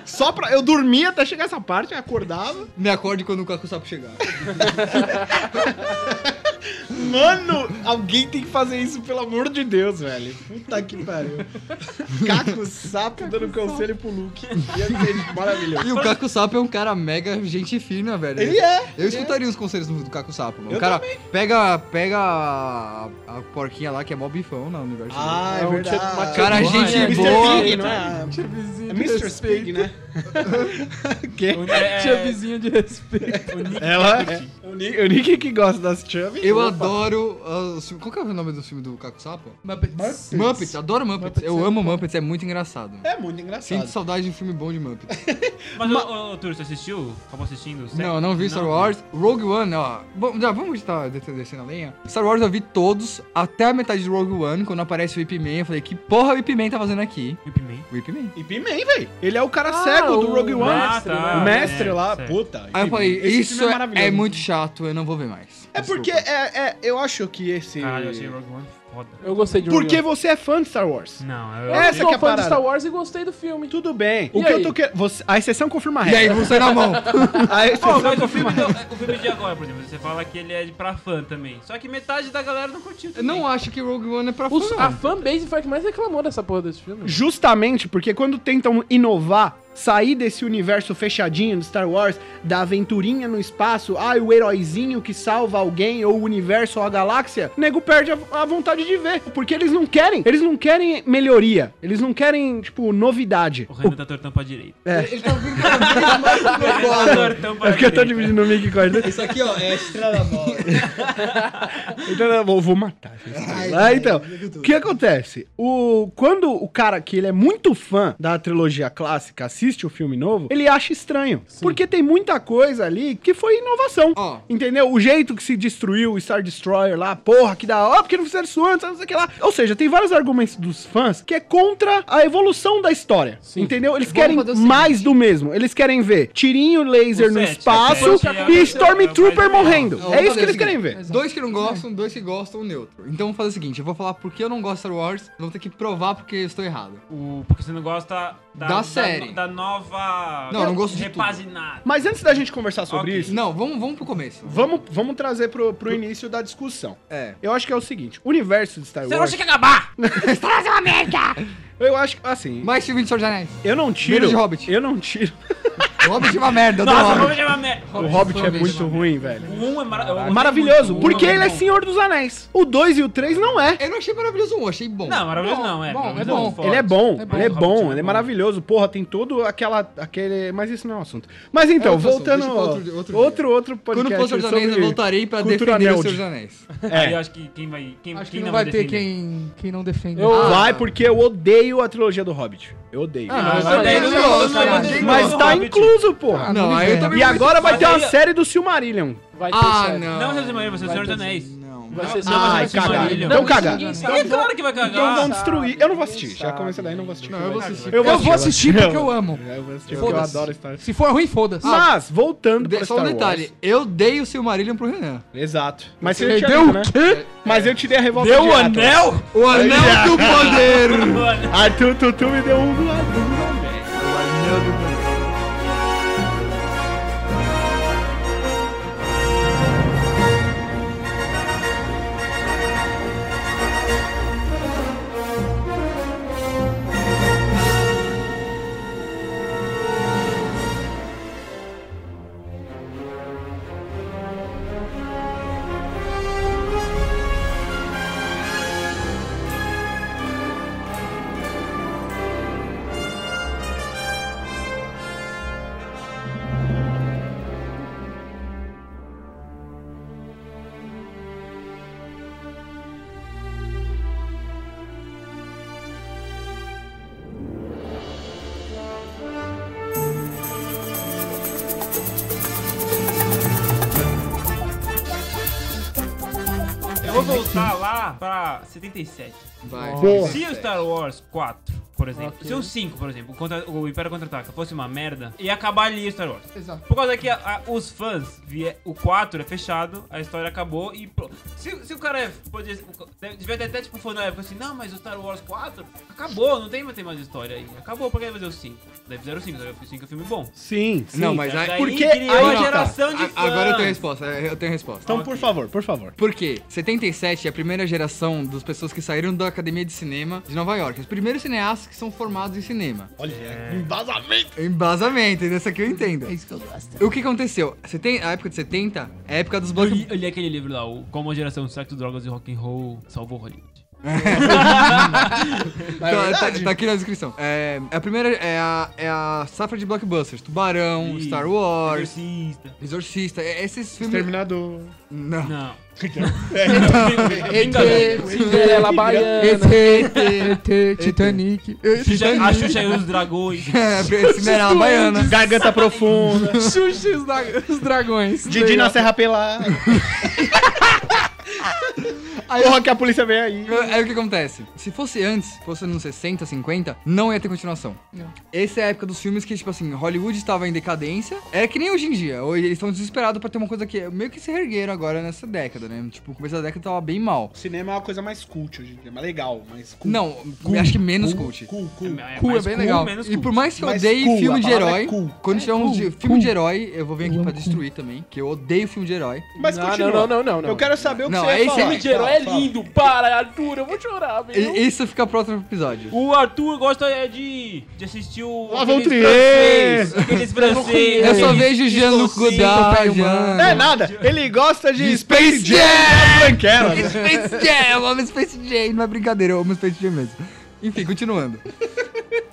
Só pra. Eu dormia até chegar essa parte, eu acordava. Me acorde quando o Caco Sapo chegar. Mano, alguém tem que fazer isso, pelo amor de Deus, velho. Puta que pariu. Caco sapo dando conselho pro Luke. Ia ser maravilhoso. E o Caco Sapo é um cara mega gente fina, velho. Ele é! Eu escutaria os conselhos do do Caco Sapo, mano. Eu o cara pega, pega a, a porquinha lá que é mó bifão na universidade. Ah, é É um verdade. tio- uma tia Cara, boa, gente é né? Mr. boa. Pig, não é? É Mr. Pig, né? que? O- é, Tinha vizinho de respeito. o Nick Ela Cage. é. O Nick, o Nick que gosta das Chubby. Eu adoro. ah, os filmes- qual que é o nome do filme do Caco Sapo? Muppets. Muppets, adoro Muppets. Eu amo Muppets, é muito engraçado. É muito engraçado. Sinto saudade de um filme bom de Muppets. Mas, ô, ô, ô, Turo, você assistiu? Acabou assistindo? Sério? não, eu não vi Star Wars. Rogue One, ó. Bom, já vamos estar descendo descendo a lenha. Star Wars eu vi todos, até a metade de Rogue One, quando aparece o Ip Man. Eu falei, que porra o Ip Man tá fazendo aqui? Ip Man. O Ip Man. E Pimen, velho. Ele é o cara Ah, cego do o Rogue One. Mestre, O né? mestre é, lá, certo. puta. Aí eu Ip Man. falei, Esse Ah, isso filme é, maravilhoso. muito chato, eu não vou ver mais. É porque Desculpa. é, é- eu acho que esse. Caralho, Ah, eu achei Rogue One Hum. foda. Eu gostei de Porque Rogue One. você é fã de Star Wars. Não, eu... Eu Essa sou que é a fã de parada. Star Wars e gostei do filme. Tudo bem. o E que eu aí? tô querendo. você- A exceção confirma a E aí, regra. vão sair na mão. A exceção Pô, mas o confirma filme, a regra. do- o filme de agora, por exemplo, você fala que ele é de- pra fã também. Só que metade da galera não curtiu Eu também. não acho que Rogue One é pra fã, Os, não. a fanbase foi a que mais reclamou dessa porra desse filme. Justamente porque quando tentam inovar, sair desse universo fechadinho do Star Wars, da aventurinha no espaço, ah, o heróizinho que salva alguém, ou o universo, ou a galáxia, o nego perde a, a vontade de ver. Porque eles não querem, eles não querem melhoria, eles não querem, tipo, novidade. O Renan tá tortando pra direita. Ele tá vindo cada vez mais pro meu Ele tá colo. tortando pra É porque eu tô direita. dividindo o mic com a gente. Isso aqui, ó, é a estrela nova. Então, eu vou, vou matar. gente. Ah, então, o que acontece? O, quando o cara que ele é muito fã da trilogia clássica assiste o filme novo, ele acha estranho. Porque tem muita coisa ali que foi inovação. Ó. Entendeu? O jeito que se destruiu o Star Destroyer lá, porra, que da hora, porque não fizeram isso antes, não sei o que lá. Ou seja, tem vários argumentos dos fãs que é contra a evolução da história. Entendeu? Eles Vamos querem fazer o seguinte. mais do mesmo. Eles querem ver tirinho laser O no sete, espaço até hoje, e é, Stormtrooper é, morrendo. Não, É vamos isso que fazer eles o querem seguinte. ver. Dois que não gostam, dois que gostam, neutro. Então vamos fazer o seguinte, eu vou falar porque eu não gosto de Star Wars, vão ter que provar porque eu estou errado. O, porque você não gosta da, Da série. Da, nova. Não, eu não gosto de tudo. Repaginada. Mas antes da gente conversar sobre Ok. isso, Não, vamos, vamos pro começo. vamos, vamos trazer pro, pro início da discussão. É. Eu acho que é o seguinte, o universo de Star Você não Wars, acha que acabar? eu acho que, assim, Mais filme de Senhor dos Anéis. eu não tiro... Menos de Hobbit. Eu não tiro... O Hobbit é uma merda, eu dou Nossa, vamos Hobbit. chamar merda. O Hobbit é Hobbit. muito ruim, velho. O um é mara- eu amei Maravilhoso, muito. O porque um é ele é bom. Senhor dos Anéis. O 2 e o 3 não é. Eu não achei maravilhoso um, achei bom. Não, maravilhoso Bom, não, é. Bom, é Maravilhoso bom. forte. Ele é bom, É bom, ele é Hobbit bom, é ele é bom. maravilhoso. Porra, tem todo aquela, aquele... Mas isso não é um assunto. Mas então, É outro assunto, voltando... deixa pra outro- outro Outro, dia. outro, Quando podcast for Senhor dos Anéis, eu sobre voltarei pra cultura defender nerd. os Senhor dos Anéis. Aí eu É. acho que quem vai. Quem, Acho que quem não vai ter defender. quem, quem não defende. Eu- Ah, Vai, porque eu odeio a trilogia do Hobbit. Eu odeio. Ah, mas eu odeio mas- os outros, mas- eu odeio Mas os tá Hobbit. incluso, porra. Ah, não, aí eu ideia. também... E agora vai ter uma Mas aí- série do Silmarillion. Vai ter Ah, série. não. Não, Jesus Maria, você é o Vai Senhor dos ter- Anéis. Não. Vai ser só Ai, mais um caga. Silmarillion. Então caga. ninguém sabe. Então É claro que vai Então vão cagar. destruir. Eu não vou assistir. Já comecei daí, não vou assistir. Não, eu vou assistir. Eu Eu, vou vou assistir, assistir eu- porque eu amo. Eu vou assistir porque eu Foda-se. adoro Star Wars. Se for ruim, foda-se. Mas, voltando De- pra Só um Star detalhe, Wars. eu dei o Silmarillion pro Renan. Exato. Mas você Entendeu já tinha lido, né? o quê? Mas eu te dei a revolta Deu de o Atlas. anel? O anel do poder! Mano, Arthur, tu, tu me deu um do lado. Eu vou voltar lá pra 77. Vai. Boa. Se o Star Wars 4, por exemplo, se o 5, por exemplo, o contra- o Império Contra-Ataca fosse uma merda, ia acabar ali o Star Wars. Exato. Por causa que a- a- os fãs, vie- o 4 é fechado, a história acabou e pronto. Se, se o cara é, podia, devia ter até tipo fã na época assim, não, mas o Star Wars 4 acabou, não tem, mais- tem mais história aí. Acabou, pra que fazer o 5? Daí fizeram o 5, sabe? Porque o 5 é um filme bom. Sim, sim. Não, mas aí... Daí porque criou aí a que tá. geração de A- fãs. Agora eu tenho a resposta, eu tenho a resposta. Então, por favor, por favor. Porque 77 é a primeira geração das pessoas que saíram da academia de cinema de Nova York. Os primeiros cineastas que são formados em cinema. Olha, embasamento. Embasamento, dessa que eu entendo. É isso que eu gosto. O que aconteceu? Seten- a época de 70 é a época dos Eu blockbusters. li, eu li aquele livro lá, o Como a Geração de Sexo, Drogas e Rock'n'Roll Salvou Hollywood. Tá, tá- tá aqui na descrição. É, é a primeira é a, é a safra de blockbusters. Tubarão, Isso. Star Wars, Exorcista. Exorcista. é- Esses filmes... Exterminador. Não. É Não. Cinderela é Baiana. ET. ET, Titanic. Xuxa- A Xuxa e os dragões. É, Cinderela Baiana. Garganta profunda. Xuxa e os dra- os dragões. Didi na Serra Pelada. Porra, que a polícia veio aí. Aí o que acontece? Se fosse antes, fosse nos 60, 50, não ia ter continuação. Não. Essa é a época dos filmes que, tipo assim, Hollywood estava em decadência. É que nem hoje em dia. Hoje eles estão desesperados pra ter uma coisa que meio que se reergueram agora nessa década, né? Tipo, o começo da década tava bem mal. O cinema é uma coisa mais cult hoje em dia, mais legal, mais cult. Não, acho que menos Cool, cult. cool, cool. Cool é mais bem cool, legal. menos E cool. por mais que eu Mas odeie cool, filme a de palavra herói, é cool. quando tiver um cool, de- filme cool. de herói, eu vou vir aqui pra destruir também, que eu odeio filme de herói. Mas Não, continua. não, não, não, não. Eu quero saber o que Não, você é ia isso falar. aí. Filme de herói é lindo. Para, Arthur, eu vou chorar, E- velho. Isso fica pro outro episódio. O Arthur gosta é de, de assistir o. Lá vão aqueles Trier. francês, Aqueles franceses. Eu só aqueles vejo Jean-Luc escoceses. Godard, Não é Jean... nada. Ele gosta de Space Space Jam. das branquelas. Space Jam, eu amo Space Jam, não é brincadeira, eu amo Space Jam mesmo. Enfim, continuando.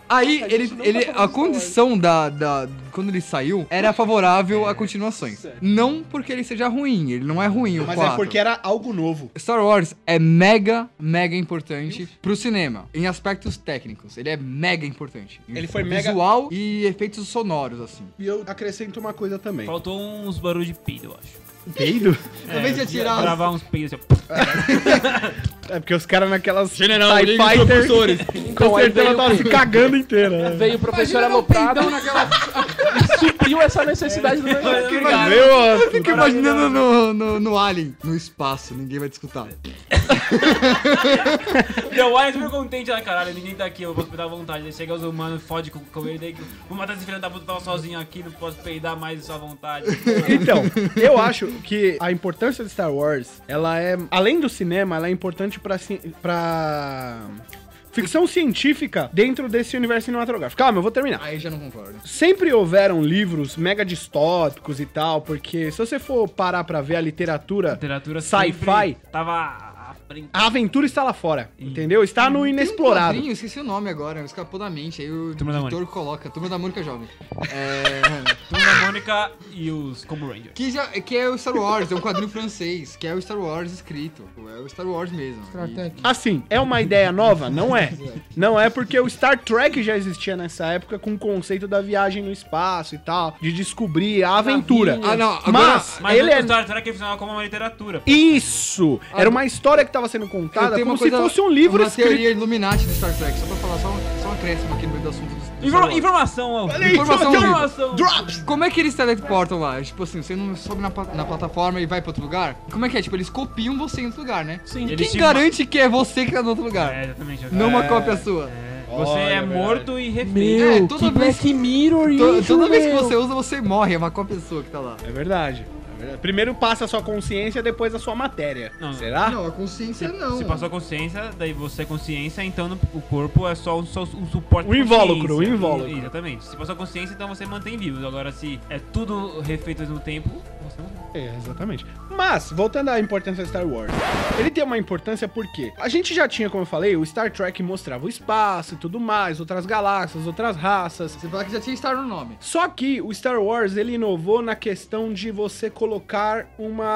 Aí, A gente ele, nunca ele, a falou de Star Wars. condição da, da. Quando ele saiu, era favorável a continuações. Não porque ele seja ruim, ele não é ruim, o Mas é 4. porque era algo novo. Star Wars é mega, mega importante pro cinema. Em aspectos técnicos, ele é mega importante. Em Ele foi mega- visual e efeitos sonoros, assim. E eu acrescento uma coisa também. Faltou uns barulhos de peido, eu acho. É, Peido? Talvez de atirar- Gravar uns peidos assim. É porque os caras naquelas General, TIE ligue os Fighter, Então, com aí certeza veio, tava se cagando inteira. né? veio o professor aloprado e supriu essa necessidade do negócio. Meu, Fica imaginando no, no, no Alien, no espaço, ninguém vai te escutar. Deu o Alien super contente lá, caralho. Ninguém tá aqui, eu vou dar vontade. Aí chega os humanos, fode com, com ele, daí vou matar esse filho da puta, tava sozinho aqui, não posso peidar mais sua vontade. Então, eu acho que a importância de Star Wars, ela é, além do cinema, ela é importante pra, ci- pra ficção científica dentro desse universo cinematográfico. Calma, eu vou terminar. Aí já não concordo. Sempre houveram livros mega distópicos e tal, porque se você for parar pra ver a literatura, Literatura sci-fi, sempre Tava à frente. a aventura está lá fora, entendeu? Está no Tem um inexplorado. quadrinho, esqueci o nome agora, escapou da mente. Aí o Turma da editor coloca. Turma da Mônica Jovem. É. Turma Mônica e os Combo Rangers. Que, já, que é o Star Wars, é um quadrinho francês, que é o Star Wars escrito. É o Star Wars mesmo. Star Trek. Assim, é uma ideia nova? Não é. Não é porque o Star Trek já existia nessa época com o conceito da viagem no espaço e tal, de descobrir a aventura. Ah, não, agora- Mas, Mas ele é. ele o Star Trek funcionava como uma literatura. Isso! Era uma história que estava sendo contada Eu tenho como uma se coisa- fosse um livro uma escrito. teoria Illuminati do Star Trek, só pra falar, só um, só um acréscimo aqui no meio do assunto. do- do Star Informa- Wars. informação, ó. aí, informação. informação Informação. Drops! Como é que eles teleportam lá? Tipo assim, você não sobe na, pla- na plataforma e vai pra outro lugar? Como é que é? Tipo, eles copiam você em outro lugar, né? Sim. E Eles Quem te garante que é você que tá no outro lugar? É, exatamente. Não uma cópia sua. É. Você é morto e refeito. Meu, É, toda que vez- Black Mirror To- isso, toda vez que meu. você usa, você morre. É uma cópia sua que tá lá. É verdade. é verdade. Primeiro passa a sua consciência, depois a sua matéria. Não. Será? Ah, a consciência Se passou a consciência, daí você é consciência, então no- o corpo é só um, só um suporte O invólucro, consciência. o invólucro. I- Exatamente. Se passou a consciência, então você mantém vivo. Agora, se é tudo refeito ao mesmo tempo, você não morre. É, exatamente. Mas, voltando à importância do Star Wars. Ele tem uma importância porque a gente já tinha, como eu falei, o Star Trek mostrava o espaço e tudo mais, outras galáxias, outras raças. Você fala que já tinha Star no nome. Só que o Star Wars ele inovou na questão de você colocar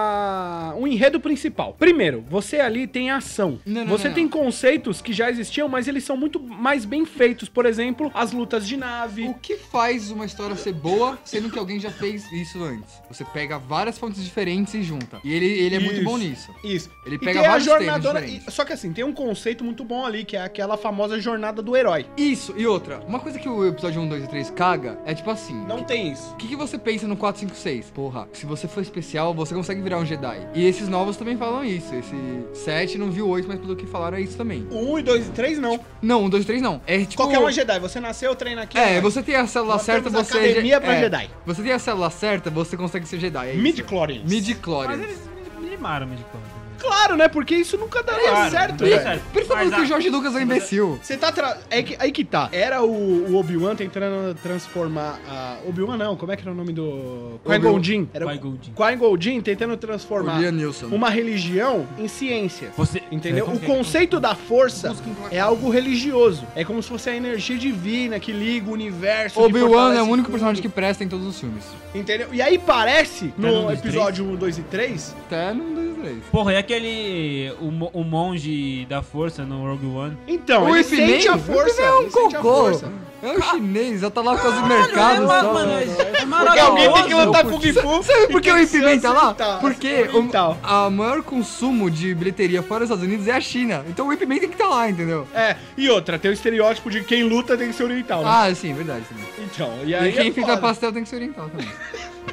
uma um enredo principal. Primeiro, você ali tem ação. Não, não, você não, tem não. conceitos que já existiam, mas eles são muito mais bem feitos. Por exemplo, as lutas de nave. O que faz uma história ser boa, sendo que alguém já fez isso antes? Você pega várias fontes diferentes e junta. E ele, ele é muito Isso. bom nisso. Isso. Ele E pega tem a vários temas jornadona- diferentes. e- Só que assim, tem um conceito muito bom ali, que é aquela famosa jornada do herói. Isso, e outra. Uma coisa que o episódio 1, 2 e 3 caga é tipo assim. Não tem isso. O que, que você pensa no 456? Porra, se você for especial, você consegue virar um Jedi. E esses novos também falam isso. Esse 7 não viu 8, mas pelo que falaram é isso também. O 1 e 2 e 3 não. Não, o 2 e 3 não. É tipo. Qualquer um é Jedi. Você nasceu, treina aqui. É, ó. você tem a célula Nós certa, temos você é academia Je- pra é, Jedi. Você tem a célula certa, você consegue ser Jedi. É mid isso. chlorians Mas Midi-chlorians. eles me limaram de conta. Claro, né? Porque isso nunca É daria Claro, certo, né? não daria velho. certo. Principalmente Mas que o a- Jorge Lucas é um imbecil. Você tá. Tra... É que, aí que tá. Era o, o Obi-Wan tentando transformar a. Obi-Wan não, como é que era o nome do. Qui-Gon Jinn. Era o Qui-Gon Jinn. Qui-Gon Jinn tentando transformar O Liam Neeson. uma religião em ciência. Você... Entendeu? Como O que é que- conceito da força é algo religioso. É como se fosse a energia divina que liga o universo. que Obi-Wan é o fortalece único tudo. personagem que presta em todos os filmes. Entendeu? E aí parece, Tá no no dois, episódio 1, 2 e 3, Até no um, 2 e 3. Porra, é aquele... O, mo- o monge da força no Rogue One. então, O ele Ipinei- sente a o Ipinei força. é um ele sente a cocô. força. Ah, É o chinês, ela tá lá com os mercados. só. é Porque maravilhoso. alguém tem que lutar com o Por- Gifu. Sabe por que o Ipimem tá lá? Tá, Porque o, então. a maior consumo de bilheteria fora dos Estados Unidos é a China. Então o Ipimem tem que estar lá, entendeu? É, e outra, tem o estereótipo de quem luta tem que ser oriental. né? Ah, sim, verdade. Também. Então, e aí. E quem é fica foda. pastel tem que ser oriental também.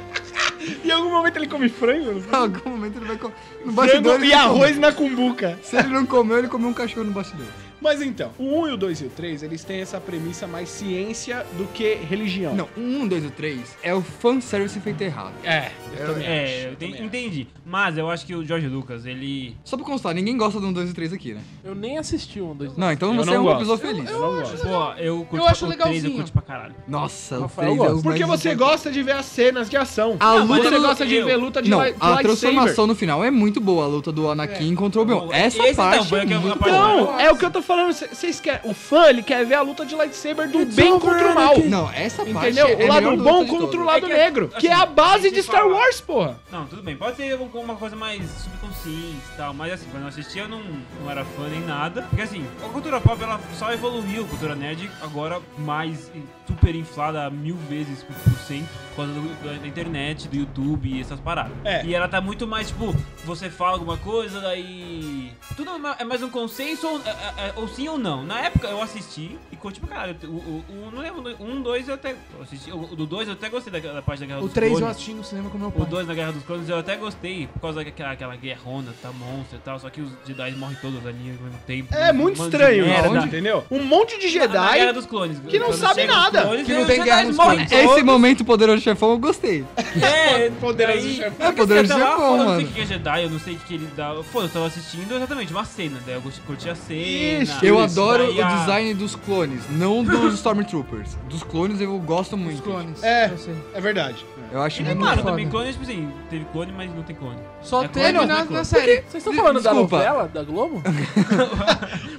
Em algum momento ele come frango, não em algum momento ele vai comer. No bastidor frango ele e come. arroz na cumbuca. Se ele não comeu, ele comeu um cachorro no bastidor. Mas então, o 1 e o 2 e o 3, eles têm essa premissa mais ciência do que religião. Não, o 1, 2 e 3 é o fanservice feito errado. É, eu também acho, É, eu eu te- também acho. entendi. Mas eu acho que o Jorge Lucas, ele... Só pra constar, ninguém gosta do 1, 2 e 3 aqui, né? Eu nem assisti um dos... Não, então Eu você não é uma gosto. pessoa feliz. Eu não gosto. Pô, eu curto Eu acho pra- o três, eu legalzinho. curto pra caralho. Nossa, o Rafael 3 é gosta. o Porque mais você gosta de ver as cenas de ação. A Não, mas luta você eu- do... gosta de eu- ver luta de Não, li- a lightsaber. transformação no final é muito boa. A luta do Anakin contra o Obi-Wan. Essa Esse parte então, foi é que eu- muito a parte- boa. Não, é o que eu tô falando, cê- vocês querem. O fã, ele quer ver a luta de lightsaber do bem contra o mal. Não, essa parte Entendeu? é o a lado melhor bom luta de contra o todas. lado É que, negro, que é a assim, base tem de que Star falar. Wars, porra. Não, tudo bem, pode ter algum- uma coisa mais subconsciente e tal, mas assim, quando eu assistia eu não, não era fã nem nada. Porque assim, a cultura pop ela só evoluiu, a cultura nerd agora mais e super inflada mil vezes por por cento por causa do- da- da internet, do YouTube e essas paradas. É. E ela tá muito mais tipo, você fala alguma coisa, daí. Tudo é ma- é mais um consenso ou, é- é- ou sim ou não. Na época eu assisti e curti pra caralho. O, o, o- não lembro, um, dois eu até. eu assisti, o, o do dois eu até gostei da, da parte da Guerra O dos 3 eu Clones. assisti no cinema com meu O pai. 2 na Guerra dos Clones eu até gostei, por causa daquela aquela guerrona, tá monstro e tal, só que os Jedi morrem todos ali ao mesmo tempo. É muito Um monte de estranho isso, merda. Ah, entendeu? Um monte de Na Jedi. Guerra dos Clones. que não Quando sabe chega os nada, clones, que aí não os tem Jedi Guerra dos morrem Clones. Esse momento poderoso chefão eu gostei. todos. É, Poderoso daí- Chefão. É, Poderoso sei lá, Chefão, foda, Eu não mano. sei o que que é Jedi, eu não sei o que que ele dá. Foda, eu tava assistindo exatamente uma cena, daí eu gost- curti a cena. Isso, Eu daí adoro o a- design dos clones, não dos Stormtroopers. Dos clones eu gosto muito. Os clones. É. Eu sei. É verdade. Eu acho E muito animaram foda. é também clones, tipo assim, teve clone, mas não tem clone. Só É teve clone, na, né, na clone? série. Vocês estão falando Desculpa. da novela, da Globo?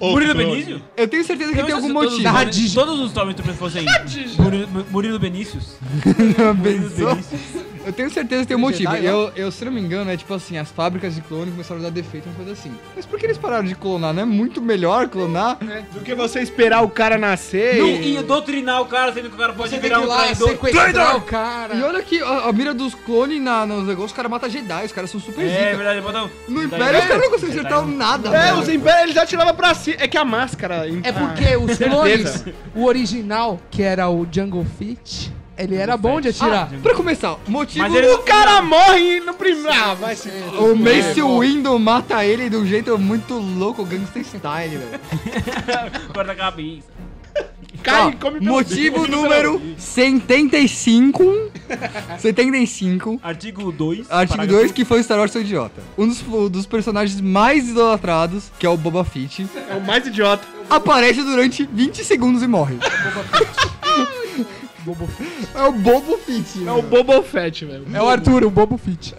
Murilo Benício? Eu tenho certeza que tem algum motivo. Todos, todos os Stormtroopers fossem Murilo, Murilo Benícios. Murilo Pensou? Benícios. Eu tenho certeza que tem um motivo. Jedi, Eu, eu, se não me engano, é tipo assim, as fábricas de clones começaram a dar defeito, uma coisa assim. Mas por que eles pararam de clonar? Não é muito melhor clonar? Do que você esperar o cara nascer E, e doutrinar o cara, sendo que o cara pode virar um traidor. sequestrar o cara. E olha que a, a mira dos clones na, nos negócios, os caras matam Jedi, os caras são super É zica. verdade, bota um. No Império, os caras não conseguem Jedi acertar não- nada, É, velho. os impérios eles já tiravam pra si. É que a máscara. É porque os certeza. clones, o original, que era o Jungle Fit, ele era bom de Ah, atirar. pra começar, motivo... Mas ele- O cara morre no primeiro. Ah, vai se. O Mace Windu mata ele de um jeito muito louco, gangster É. style, velho. é Corta a cabeça. Cai Ó, e come pelo- Motivo número 75. 75. Artigo 2. Artigo um. 2, que foi o Star Wars Sou Idiota. Um dos, um dos personagens mais idolatrados, que é o Boba Fett, É o mais idiota. aparece durante 20 segundos e morre. É o Bobo Fett. É o Bobo Fett, velho. É o Arthur, o Bobo Fit.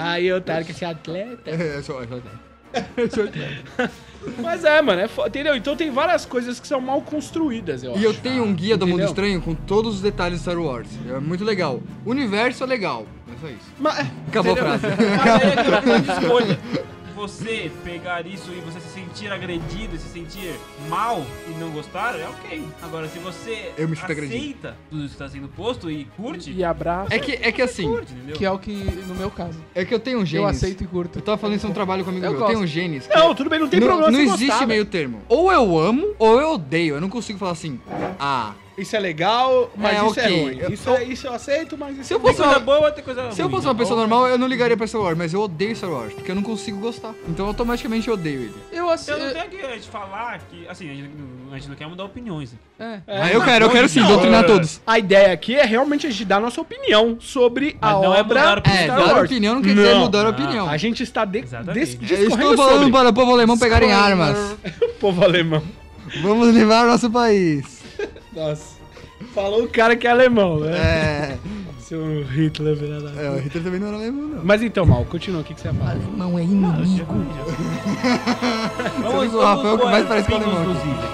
Aí eu tava com esse atleta. É, só- só- Mas é, mano, é fo- entendeu? Então tem várias coisas que são mal construídas, eu E acho. eu tenho um guia do Mundo Entendeu? Estranho com todos os detalhes de Star Wars. É muito legal. O universo é legal. É só isso. Mas- Acabou a frase. Mas aí é que eu de escolha. Você pegar isso e você se sentir agredido, se sentir mal e não gostar, é ok. Agora, se você Eu me sinto agredido. aceita tudo isso que está sendo posto e curte, E abraço. É que, é que assim, curte, entendeu? Que é o que, no meu caso, é que eu tenho um eu genes. aceito e curto. Eu tava falando isso no trabalho com um amigo Eu meu. Eu gosto. tenho um genes. que- Não, tudo bem, não tem não problema não você existe gostar, né? meio termo. Ou eu amo, ou eu odeio. Eu não consigo falar assim, ah... velho. Isso é legal, mas É, isso é ok. ruim. Eu- Isso, é, isso eu aceito, mas isso é Se eu Tem fosse coisa uma, boa, tem coisa se eu ruim. fosse uma pessoa normal, eu não ligaria pra Star Wars, mas eu odeio Star Wars, porque eu não consigo gostar. Então automaticamente eu odeio ele. Eu aceito. Eu não tenho que eh, te falar que, assim, a gente, não- a gente não quer mudar opiniões. né? É. mas eu quero, eu quero sim, doutrinar todos. A ideia aqui é realmente a gente dar nossa opinião sobre a Mas não é mudar obra opinião. É, Star dar Wars. opinião não quer dizer Não. mudar a Ah, opinião. É A gente está de, des, Exatamente. Eu discorrendo estou falando sobre para o povo alemão pegarem armas. o povo alemão. Vamos livrar nosso país. Nossa. Falou o cara que é alemão, né? É. Seu Hitler, velho. é o Hitler também não era alemão, não. Mas então, Mal, continua, o que, que você ia falar? Não é inimigo. Vamos, o Rafael que pôr mais parece com pingos alemão. nos is.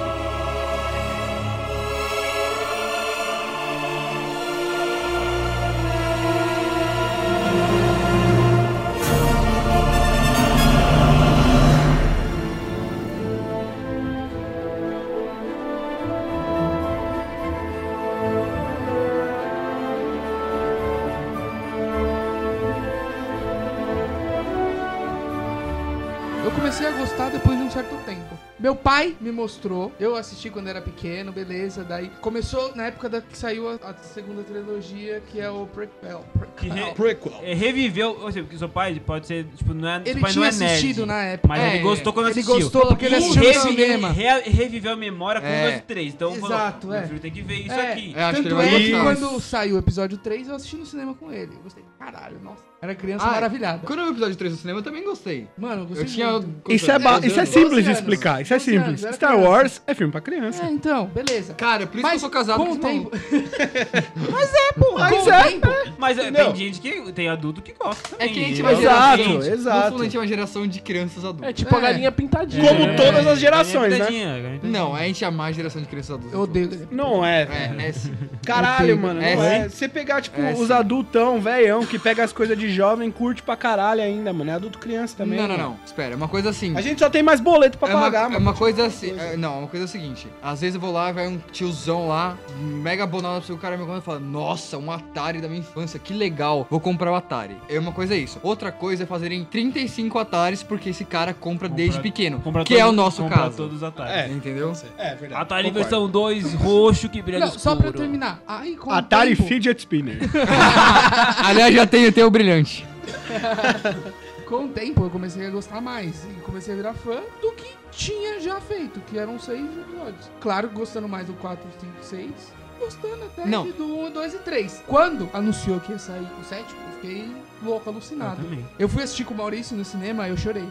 Eu comecei a gostar depois de um certo tempo. Meu pai me mostrou, eu assisti quando era pequeno, beleza. Daí começou na época da que saiu a, a segunda trilogia, que é o Prequel. Que re- Prequel. Prequel. É, reviveu, ou seja, porque seu pai pode ser, tipo, não é, seu Ele pai não tinha é nerd. assistido na época. Mas ele gostou quando ele assistiu. gostou porque ele E assistiu no revi- cinema. re- reviveu a memória com É. os três. Então, Exato, falou, é. meu filho tem que ver isso É, aqui. é, acho que ele Tanto vai é que gostar. quando saiu o episódio 3, eu assisti no cinema com ele. Eu gostei. Caralho, nossa. Era criança Ah, maravilhada. Quando eu vi o episódio 3 no cinema, eu também gostei. Mano, eu gostei Eu muito. tinha. Isso é, ba- doze isso é anos. simples de anos. explicar. Isso Isso é 12 anos, simples. era Star criança. Wars é filme pra criança. É, então, beleza. Cara, por isso que eu sou casado com o esse maluco. tempo. mas é, pô. Mas com é, o tempo. Mas é, Não. tem gente que. Tem adulto que gosta É também. que a gente né? vai gerar. Exato, gente, exato. No fundo, a gente é uma geração de crianças adultas. É tipo a É. galinha pintadinha. Como né? todas as É, gerações, né? galinha pintadinha, galinha Não, a gente é a mais geração de crianças adultas. Eu odeio. Não é. velho. É, é sim. Caralho, Odeio. mano. É não é. sim. Você pegar, tipo, É os sim. adultão, velhão, que pega as coisas de jovem, curte pra caralho ainda, mano. É adulto criança também. não, não, mano. não. Espera, é uma coisa assim. A gente só tem mais boleto pra é uma, pagar, é mano. uma coisa assim. é, não, é uma coisa é o seguinte. Às vezes eu vou lá, vai um tiozão lá, mega bonado, o cara me conta e fala: Nossa, um Atari da minha infância, que legal, vou comprar o Atari. É uma coisa é isso. Outra coisa é fazerem 35 Ataris porque esse cara compra, desde pequeno. Compra que todos- é o nosso compra caso. todos os atalhos. É. Entendeu? É verdade. Atari concordo. versão 2, roxo, que brilha é Não, no só pra eu escuro. terminar. Aí, com o Atari tempo- Fidget Spinner. Aliás, já tenho, tenho o brilhante. Com o tempo, eu comecei a gostar mais e comecei a virar fã do que tinha já feito, que eram seis episódios. Claro, gostando mais do 4, 5, 6, gostando até Não. de do 1, 2 e 3. Quando anunciou que ia sair o sétimo, eu fiquei louco, alucinado. também. Eu fui assistir com o Maurício no cinema e eu chorei.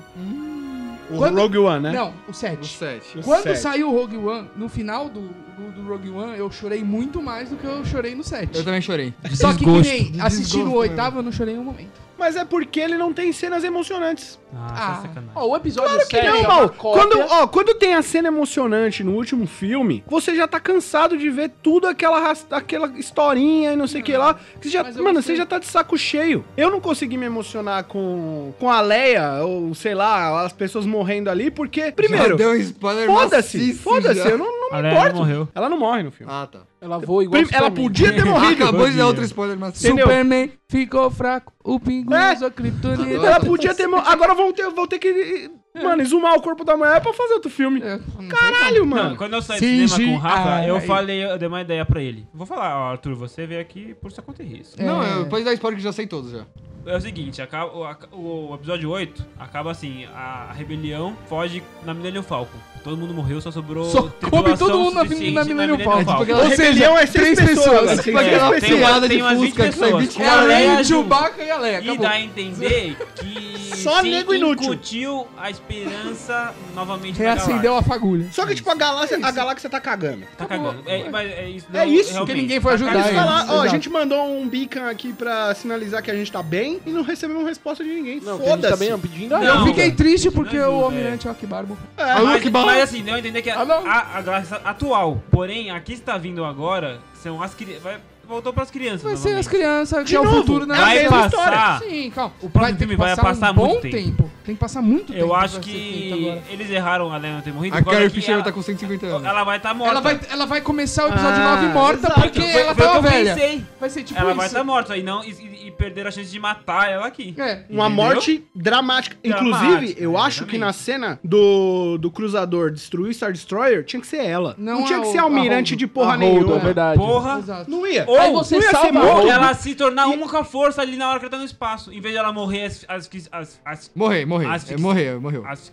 o Quando- Rogue One, né? Não, o O 7. 7. O Quando sete. saiu o Rogue One, no final do, do, do Rogue One, eu chorei muito mais do que eu chorei no 7. Eu também chorei. Só que, que Desgosto. né? nem assistindo o Desgosto oitavo, eu não chorei em um momento. Mas é porque ele não tem cenas emocionantes. Ah, Ah, tá sacanagem. Ó, o episódio Que 7 não, é uma mal. cópia. Quando, ó, quando tem a cena emocionante no último filme, você já tá cansado de ver tudo aquela, ras- aquela historinha e não sei o que lá. que você já- mas eu mano, gostei. você já tá de saco cheio. Eu não consegui me emocionar com, com a Leia, ou sei lá, as pessoas morrendo ali, porque, Já primeiro, deu um spoiler foda-se, maciço foda-se, já. eu não, não A me Leia não importo. morreu. Ela não É morre no filme. Ah, tá. Ela voa igual Prim- ela Superman. podia ter morrido. Acabou de dar outro spoiler maciço. Entendeu? Superman ficou fraco, o pinguim É. usou criptonita. Ela podia ter. mo- Agora vão ter, vão ter que. Mano, exumar o corpo da mulher pra fazer outro filme. Caralho, Não, mano. quando eu saí Sim, do cinema com o sim. Rafa, Ah, eu aí. falei, eu dei uma ideia pra ele. Vou falar, ó, Arthur, você veio aqui por sua conta e risco. Não, É. eu, pode dar spoiler que eu já sei todos já. É o seguinte, acaba, o, aca- o episódio 8 acaba assim, a, a rebelião foge na Millennium Falcon. Todo mundo morreu, só sobrou Só tripulação come todo mundo na suficiente Millennium Falcon. porque Ou seja, é seis três pessoas. agora, pessoas. tem seis Tipo aquela pessoas. tem uma- piada de tem umas Fusca 20 que sai pessoas. 20 É É a Leia, junto. Chewbacca e a Leia. E Acabou. dá a entender que Só se nego inútil. incutiu a esperança novamente na Reacendeu a fagulha. Só que, tipo, a galáxia, a galáxia tá cagando. galáxia. Tá cagando. É, mas é isso, É isso, que realmente. ninguém foi Tá ajudar Eles cagando. eles. falaram, ó, a exato. gente mandou um beacon aqui pra sinalizar que a gente tá bem e não recebemos resposta de ninguém. Não, que a gente tá bem Foda-se. pedindo Não, ajuda. eu fiquei velho. triste porque Não o ajuda, Almirante Akbarbo. É. Alô, mas, que bala. mas assim, deu a entender que a, Alô? a, a graça atual, porém, aqui está vindo agora, são as crianças. Voltou pras crianças. Vai ser as novamente. crianças, que De é o novo, futuro, né? é a Vai mesma passar. Sim, calma. O próximo filme vai passar muito tempo. Tem que passar muito tempo. Eu acho pra ser que feito agora. eles erraram a Leia não ter morrido. A por causa Carrie que Fisher ela, tá com 150 anos. ela vai estar morta. Ela vai, ela vai começar o episódio Ah, 9 morta exato. porque Foi- ela foi o que tava eu velha. pensei. Vai ser tipo ela isso. vai estar morta e, não, e, e- e perder a chance de matar ela aqui. É. Uma Entendeu? morte dramática. Inclusive, eu né, acho exatamente. que na cena do, do cruzador destruir Star Destroyer, tinha que ser ela. Não Não, tinha a que o- ser almirante a de porra Arrodo, é nenhuma. verdade. Porra. Exato. Não ia. Ou Aí você não ia ser salva morto. Arrodo. ela se tornar uma com a força ali na hora que ela tá no espaço. Em vez de ela morrer as, as, as, as, Morreu, morreu. Asfixi- É, morreu, morreu. as-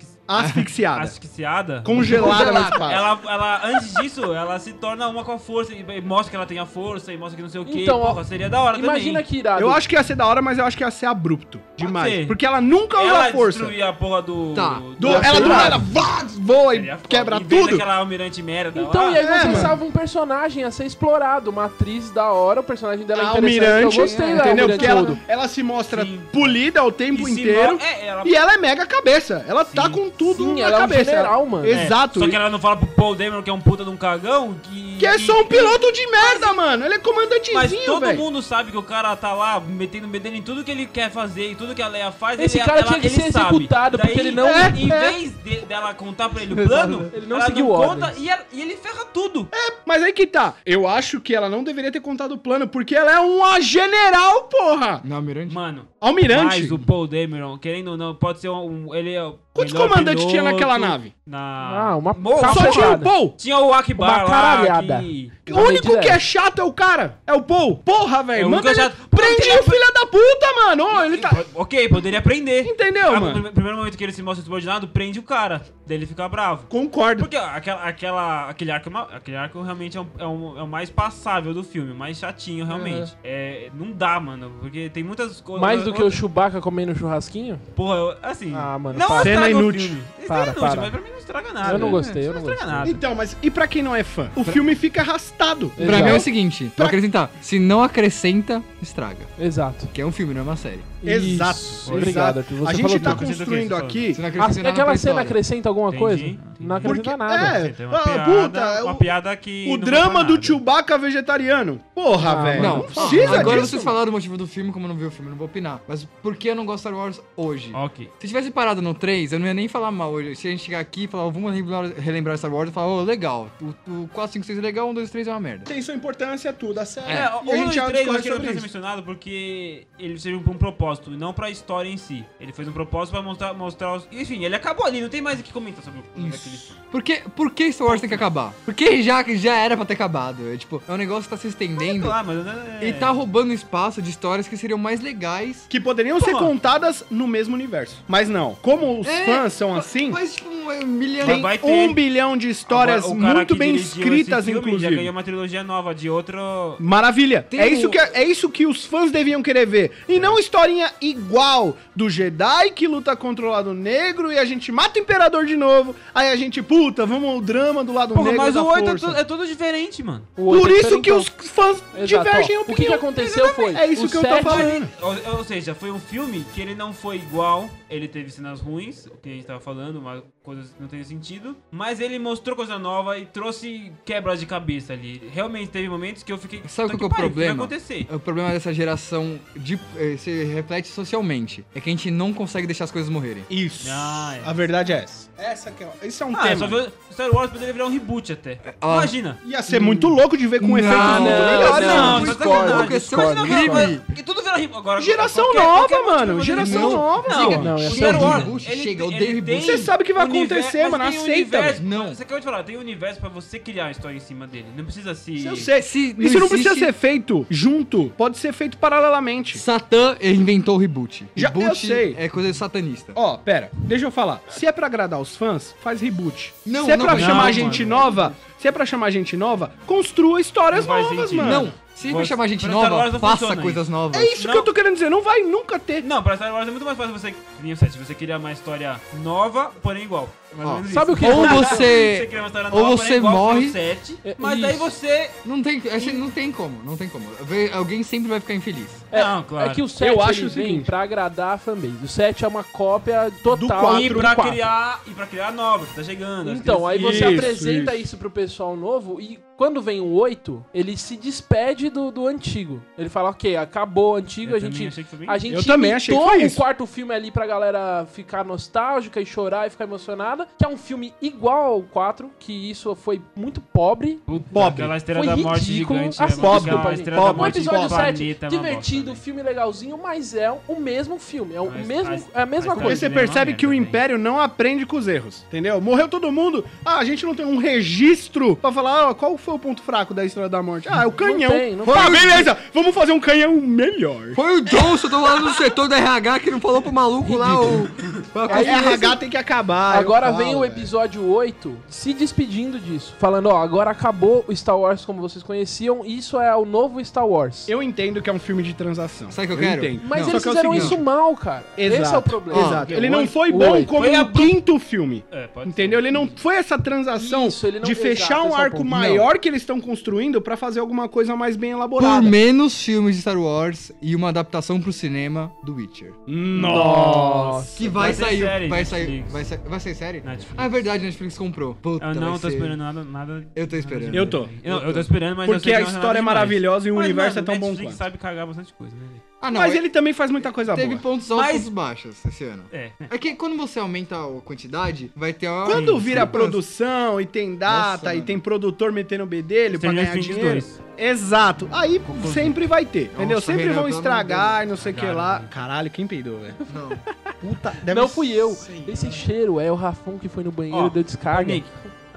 Asfixiada. asfixiada. Congelada no espaço. Ela, ela, antes disso, ela se torna uma com a força e e mostra que ela tem a força e mostra que não sei o que. Então, ó, Porra, seria da hora Imagina também. que irado. Eu acho que ia ser da hora, mas eu acho que ia ser abrupto demais. ser. Porque ela nunca usa ela força. destruir a porra do. Tá. Do- ela do nada Seria vá, voa e foda. quebra Em vez tudo. Ah, Daquela almirante merda. Então, lá, e aí você tá. É, mano. salva um personagem a ser explorado, uma atriz da hora, o personagem dela é A interessante. almirante, eu gostei da Ah, entendeu? Almirante Porque ela, Odo. ela se mostra Sim. polida o e tempo se inteiro. mo- É, ela. E ela é mega cabeça. Ela tá Sim. com tudo Sim, na ela é um cabeça. general, mano. é, Exato. Só que ela não fala pro Paul Dameron, que é um puta de um cagão. Que, Que é só um que- piloto de merda, mano. Ele é comandantezinho, Mas todo velho. mundo sabe que o cara tá lá metendo metendo em tudo que ele quer fazer e tudo que a Leia faz. Esse ele, cara ela, tinha que ele ser sabe. executado, porque ele não- É, em é. vez de- dela contar pra ele o plano, Ele não ela seguiu conta ordens. e, ela- e ele ferra tudo. Mas aí que tá. Eu acho que ela não deveria ter contado o plano, porque ela é uma general, porra. Não, Mirante? Mano, Almirante. mas o Paul Dameron, querendo ou não, pode ser um. um- Ele é o Quantos melhor comandantes tinha piloto naquela nave? Na... Ah, uma Boa, Só tinha o porrada. Paul. Tinha o Akbar Uma lá. caralhada. que- O único medida que é. é chato é o cara. É o Paul. Porra, velho. É o Manda único ele... chato. é Prende o filho da puta, mano. Ô, ele tá... Ok, poderia prender. Então, Entendeu, Ah, mano? No primeiro momento que ele se mostra subordinado, prende o cara. Daí ele fica bravo. Concordo. Porque ó, aquela, aquela, aquele, arco, é uma- aquele arco realmente é, um- é um- é o mais passável do filme, o mais chatinho realmente. É, não dá, mano, porque tem muitas coisas. Mais do que o Chewbacca comendo churrasquinho? Porra, eu- assim. Ah, mano, não para. Cena estraga o inútil. filme. Isso é Para, inútil, para. mas pra mim não não estraga nada. Eu não gostei, eu Isso não estraga gostei. nada. Então, mas e pra quem não é fã? O filme fica arrastado. Pra mim é o Exato. seguinte, Pra- vou acrescentar. Se não acrescenta, estraga. Exato. Que é um filme, não é uma série. Exato. Isso. exato. Obrigado, Arthur, você A falou gente tá tudo. construindo aqui. Se não Ah, acrescenta nada pra é aquela cena história. acrescenta alguma Entendi, coisa? entendi. Não acrescenta Porque- nada. é, Tem uma ah, piada, puta, uma o- piada que O não drama vai pra do nada. Chewbacca vegetariano. Porra, Ah, velho. Não, Não precisa agora disso. vocês falaram o motivo do filme, como eu não vi o filme, não vou opinar. Mas por que eu não gosto de Star Wars hoje? Ok. Se tivesse parado no 3, eu não ia nem falar mal hoje. Se a gente chegar aqui e falar, vamos relembrar, relembrar Star Wars, eu falar, ô, legal. O, o 4, 5, 6 é legal, 1, 2, 3 é uma merda. Tem sua importância, tudo, a série. É, o e a gente já 3 eu discorre sobre acho que não precisa ser isso. mencionado porque ele serviu pra um propósito e não pra história em si. Ele fez um propósito pra mostrar, mostrar os. Enfim, ele acabou ali, não tem mais o que comentar sobre o- aquele filme. Por que, por que Star Wars tem que acabar? Porque já, já era pra ter acabado. É, tipo, é um negócio que tá se estendendo Claro, mas. né, e tá roubando espaço de histórias que seriam mais legais. Que poderiam ser Pô. contadas no mesmo universo. Mas não. Como os É, fãs são mas- assim, Mas, tipo, um milhão... tem vai ter- um bilhão de histórias Agora, o cara muito que bem dirigiu escritas, esse filme Já ganhou inclusive. uma trilogia nova de outro. Maravilha. Tem é, um- isso que, é isso que os fãs deviam querer ver. É. E não historinha igual do Jedi que luta contra o lado negro e a gente mata o imperador de novo. Aí a gente, puta, vamos ao drama do lado Porra, negro. mas da o 8 é, força. to- é todo diferente, mano. O Por outro é isso que diferentão. os fãs Exato, ó. divergem a opinião. O que, que aconteceu foi. É isso o que eu tô sete- falando. Ou, ou seja, foi um filme que ele não foi igual, ele teve cenas ruins, o que a gente tava falando, uma coisa que não tem sentido, mas ele mostrou coisa nova e trouxe quebras de cabeça ali. Realmente teve momentos que eu fiquei. Sabe qual "Puta que é o pariu, problema? Vai acontecer. O problema dessa geração de, eh, se reflete socialmente. É que a gente não consegue deixar as coisas morrerem. Isso. Ah, é. A verdade é essa. Essa que é, esse é um Ah, tema. só ver, Star Wars poderia virar um reboot até. Ah. Imagina. Ia ser muito louco de ver com Não, efeitos não, muito melhores. não, é discordo, sacanagem. discordo, Imagina virar- discordo. mas- que é tudo vira reboot. Agora, Geração qualquer- nova, qualquer mano, motivo é geração um poderia- um nova. assim, Não, Não, o essa Star é Wars, horrível. ele- tipo, Chega, eu ele odeio tem reboot. Você sabe que vai univer- acontecer, mas mano, tem aceita, universo- velho. Não. Você acabou de falar, tem um universo pra você criar a história em cima dele. Não precisa se... Eu sei. Se não Isso não existe- precisa ser feito junto, pode ser feito paralelamente. Satã inventou o reboot. Já- eu reboot sei. é coisa de satanista. Ó, pera, deixa eu falar. Se é pra agradar os fãs, faz reboot. Não, se é não, pra não, chamar mano. gente nova, se é pra chamar gente nova, construa histórias Não faz novas, sentido. mano. Não, se vai Você- chamar gente pra Star nova, Wars não faça funciona coisas novas. É isso Não. que eu tô querendo dizer, não vai nunca ter. Não, pra Star Wars é muito mais fácil você... que nem o set, Você criar uma história nova, porém igual. Mais Ó, ou menos isso. sabe o que- Ou Você você. cria uma história ou nova, você porém igual que morre. o set, É, mas daí isso. você... Não tem, assim, não tem como, não tem como. Vê- Alguém sempre vai ficar infeliz. É, Não, claro. É que o 7 Eu acho ele o vem seguinte. pra agradar a fanbase. O 7 é uma cópia Do total E quatro, pra, quatro. criar, e pra criar nova, que tá chegando. as Então, aí você Isso, apresenta isso. pro pessoal novo e quando vem o 8, ele se despede do, do antigo. Ele fala, ok, acabou o antigo, Eu a gente. também achei que foi bem A isso. gente Eu também achei que imitou foi o isso. quarto filme ali pra galera ficar nostálgica e chorar e ficar emocionada, que é um filme igual ao 4, que isso foi muito pobre. Pobre. Aquela estrela Foi da morte ridículo, gigante. né, assim, mano, pobre, aquela pobre, estrela pobre. da O morte episódio gigante, 7, planeta, é uma divertido, bosta, né? filme legalzinho, mas é o mesmo filme, é, o Mas mesmo, faz- é a mesma faz Porque coisa. você Pois é, percebe né? uma que o merda, Império não aprende com os erros, entendeu? Morreu todo mundo. Ah, a gente não tem um registro pra falar, ó, qual foi o ponto fraco da Estrela da Morte? Ah, é o canhão. tem, não ah, tem. beleza, vamos fazer um canhão melhor. Foi é o Johnson, tô lá no setor da RH que não falou pro maluco lá o. É A RH tem que acabar. Ah, eu Agora falo, é. vem o velho. episódio 8 se despedindo disso, falando, ó, agora acabou o Star Wars como vocês conheciam, isso é o novo Star Wars. Eu entendo que é um filme de transação. Sabe o que eu quero? entendo. Mas Só eles que é o fizeram seguinte. isso mal, cara. Exato, Esse é o problema. Exato. Ele O não oito- foi o bom oito. como Foi a o quinto filme. né? É, pode Entendeu? Ele não foi essa transação Isso, ele não- de fechar exato, um esse é o arco ponto. maior que eles estão construindo pra fazer alguma coisa mais bem Por elaborada. menos filmes de Star Wars e uma adaptação pro cinema do Witcher. Nossa. Que vai, vai ter sair, série, vai sair, Netflix. vai sair, vai sair série? Netflix. Ah, é verdade, a Netflix comprou. Puta, Eu não vai tô ser- esperando nada, nada. Eu tô esperando. Eu tô. Eu, eu tô esperando, mas eu Porque sei que a um não vai história é nada demais. maravilhosa e o Mas, universo mano, é tão bom Netflix quanto. sabe cagar bastante coisa, né? Ah, não, Mas é- ele também faz muita coisa teve boa. pontos altos e Mas- pontos baixos esse ano. É. É que quando você aumenta a quantidade, vai ter uma... Quando vira discrepância. produção e tem data Nossa, e mano. tem produtor metendo o bedelho pra Stranger ganhar Things dinheiro. 2. Exato. Aí sempre vai ter, entendeu? Nossa, sempre Renan, vão pelo amor de estragar e não sei o que Cagaram, lá. mano. Caralho, quem peidou, velho? Não. Puta, deve Não fui eu. ser- Esse cheiro é o Rafão que foi no banheiro Ó, e deu descarga. Nick,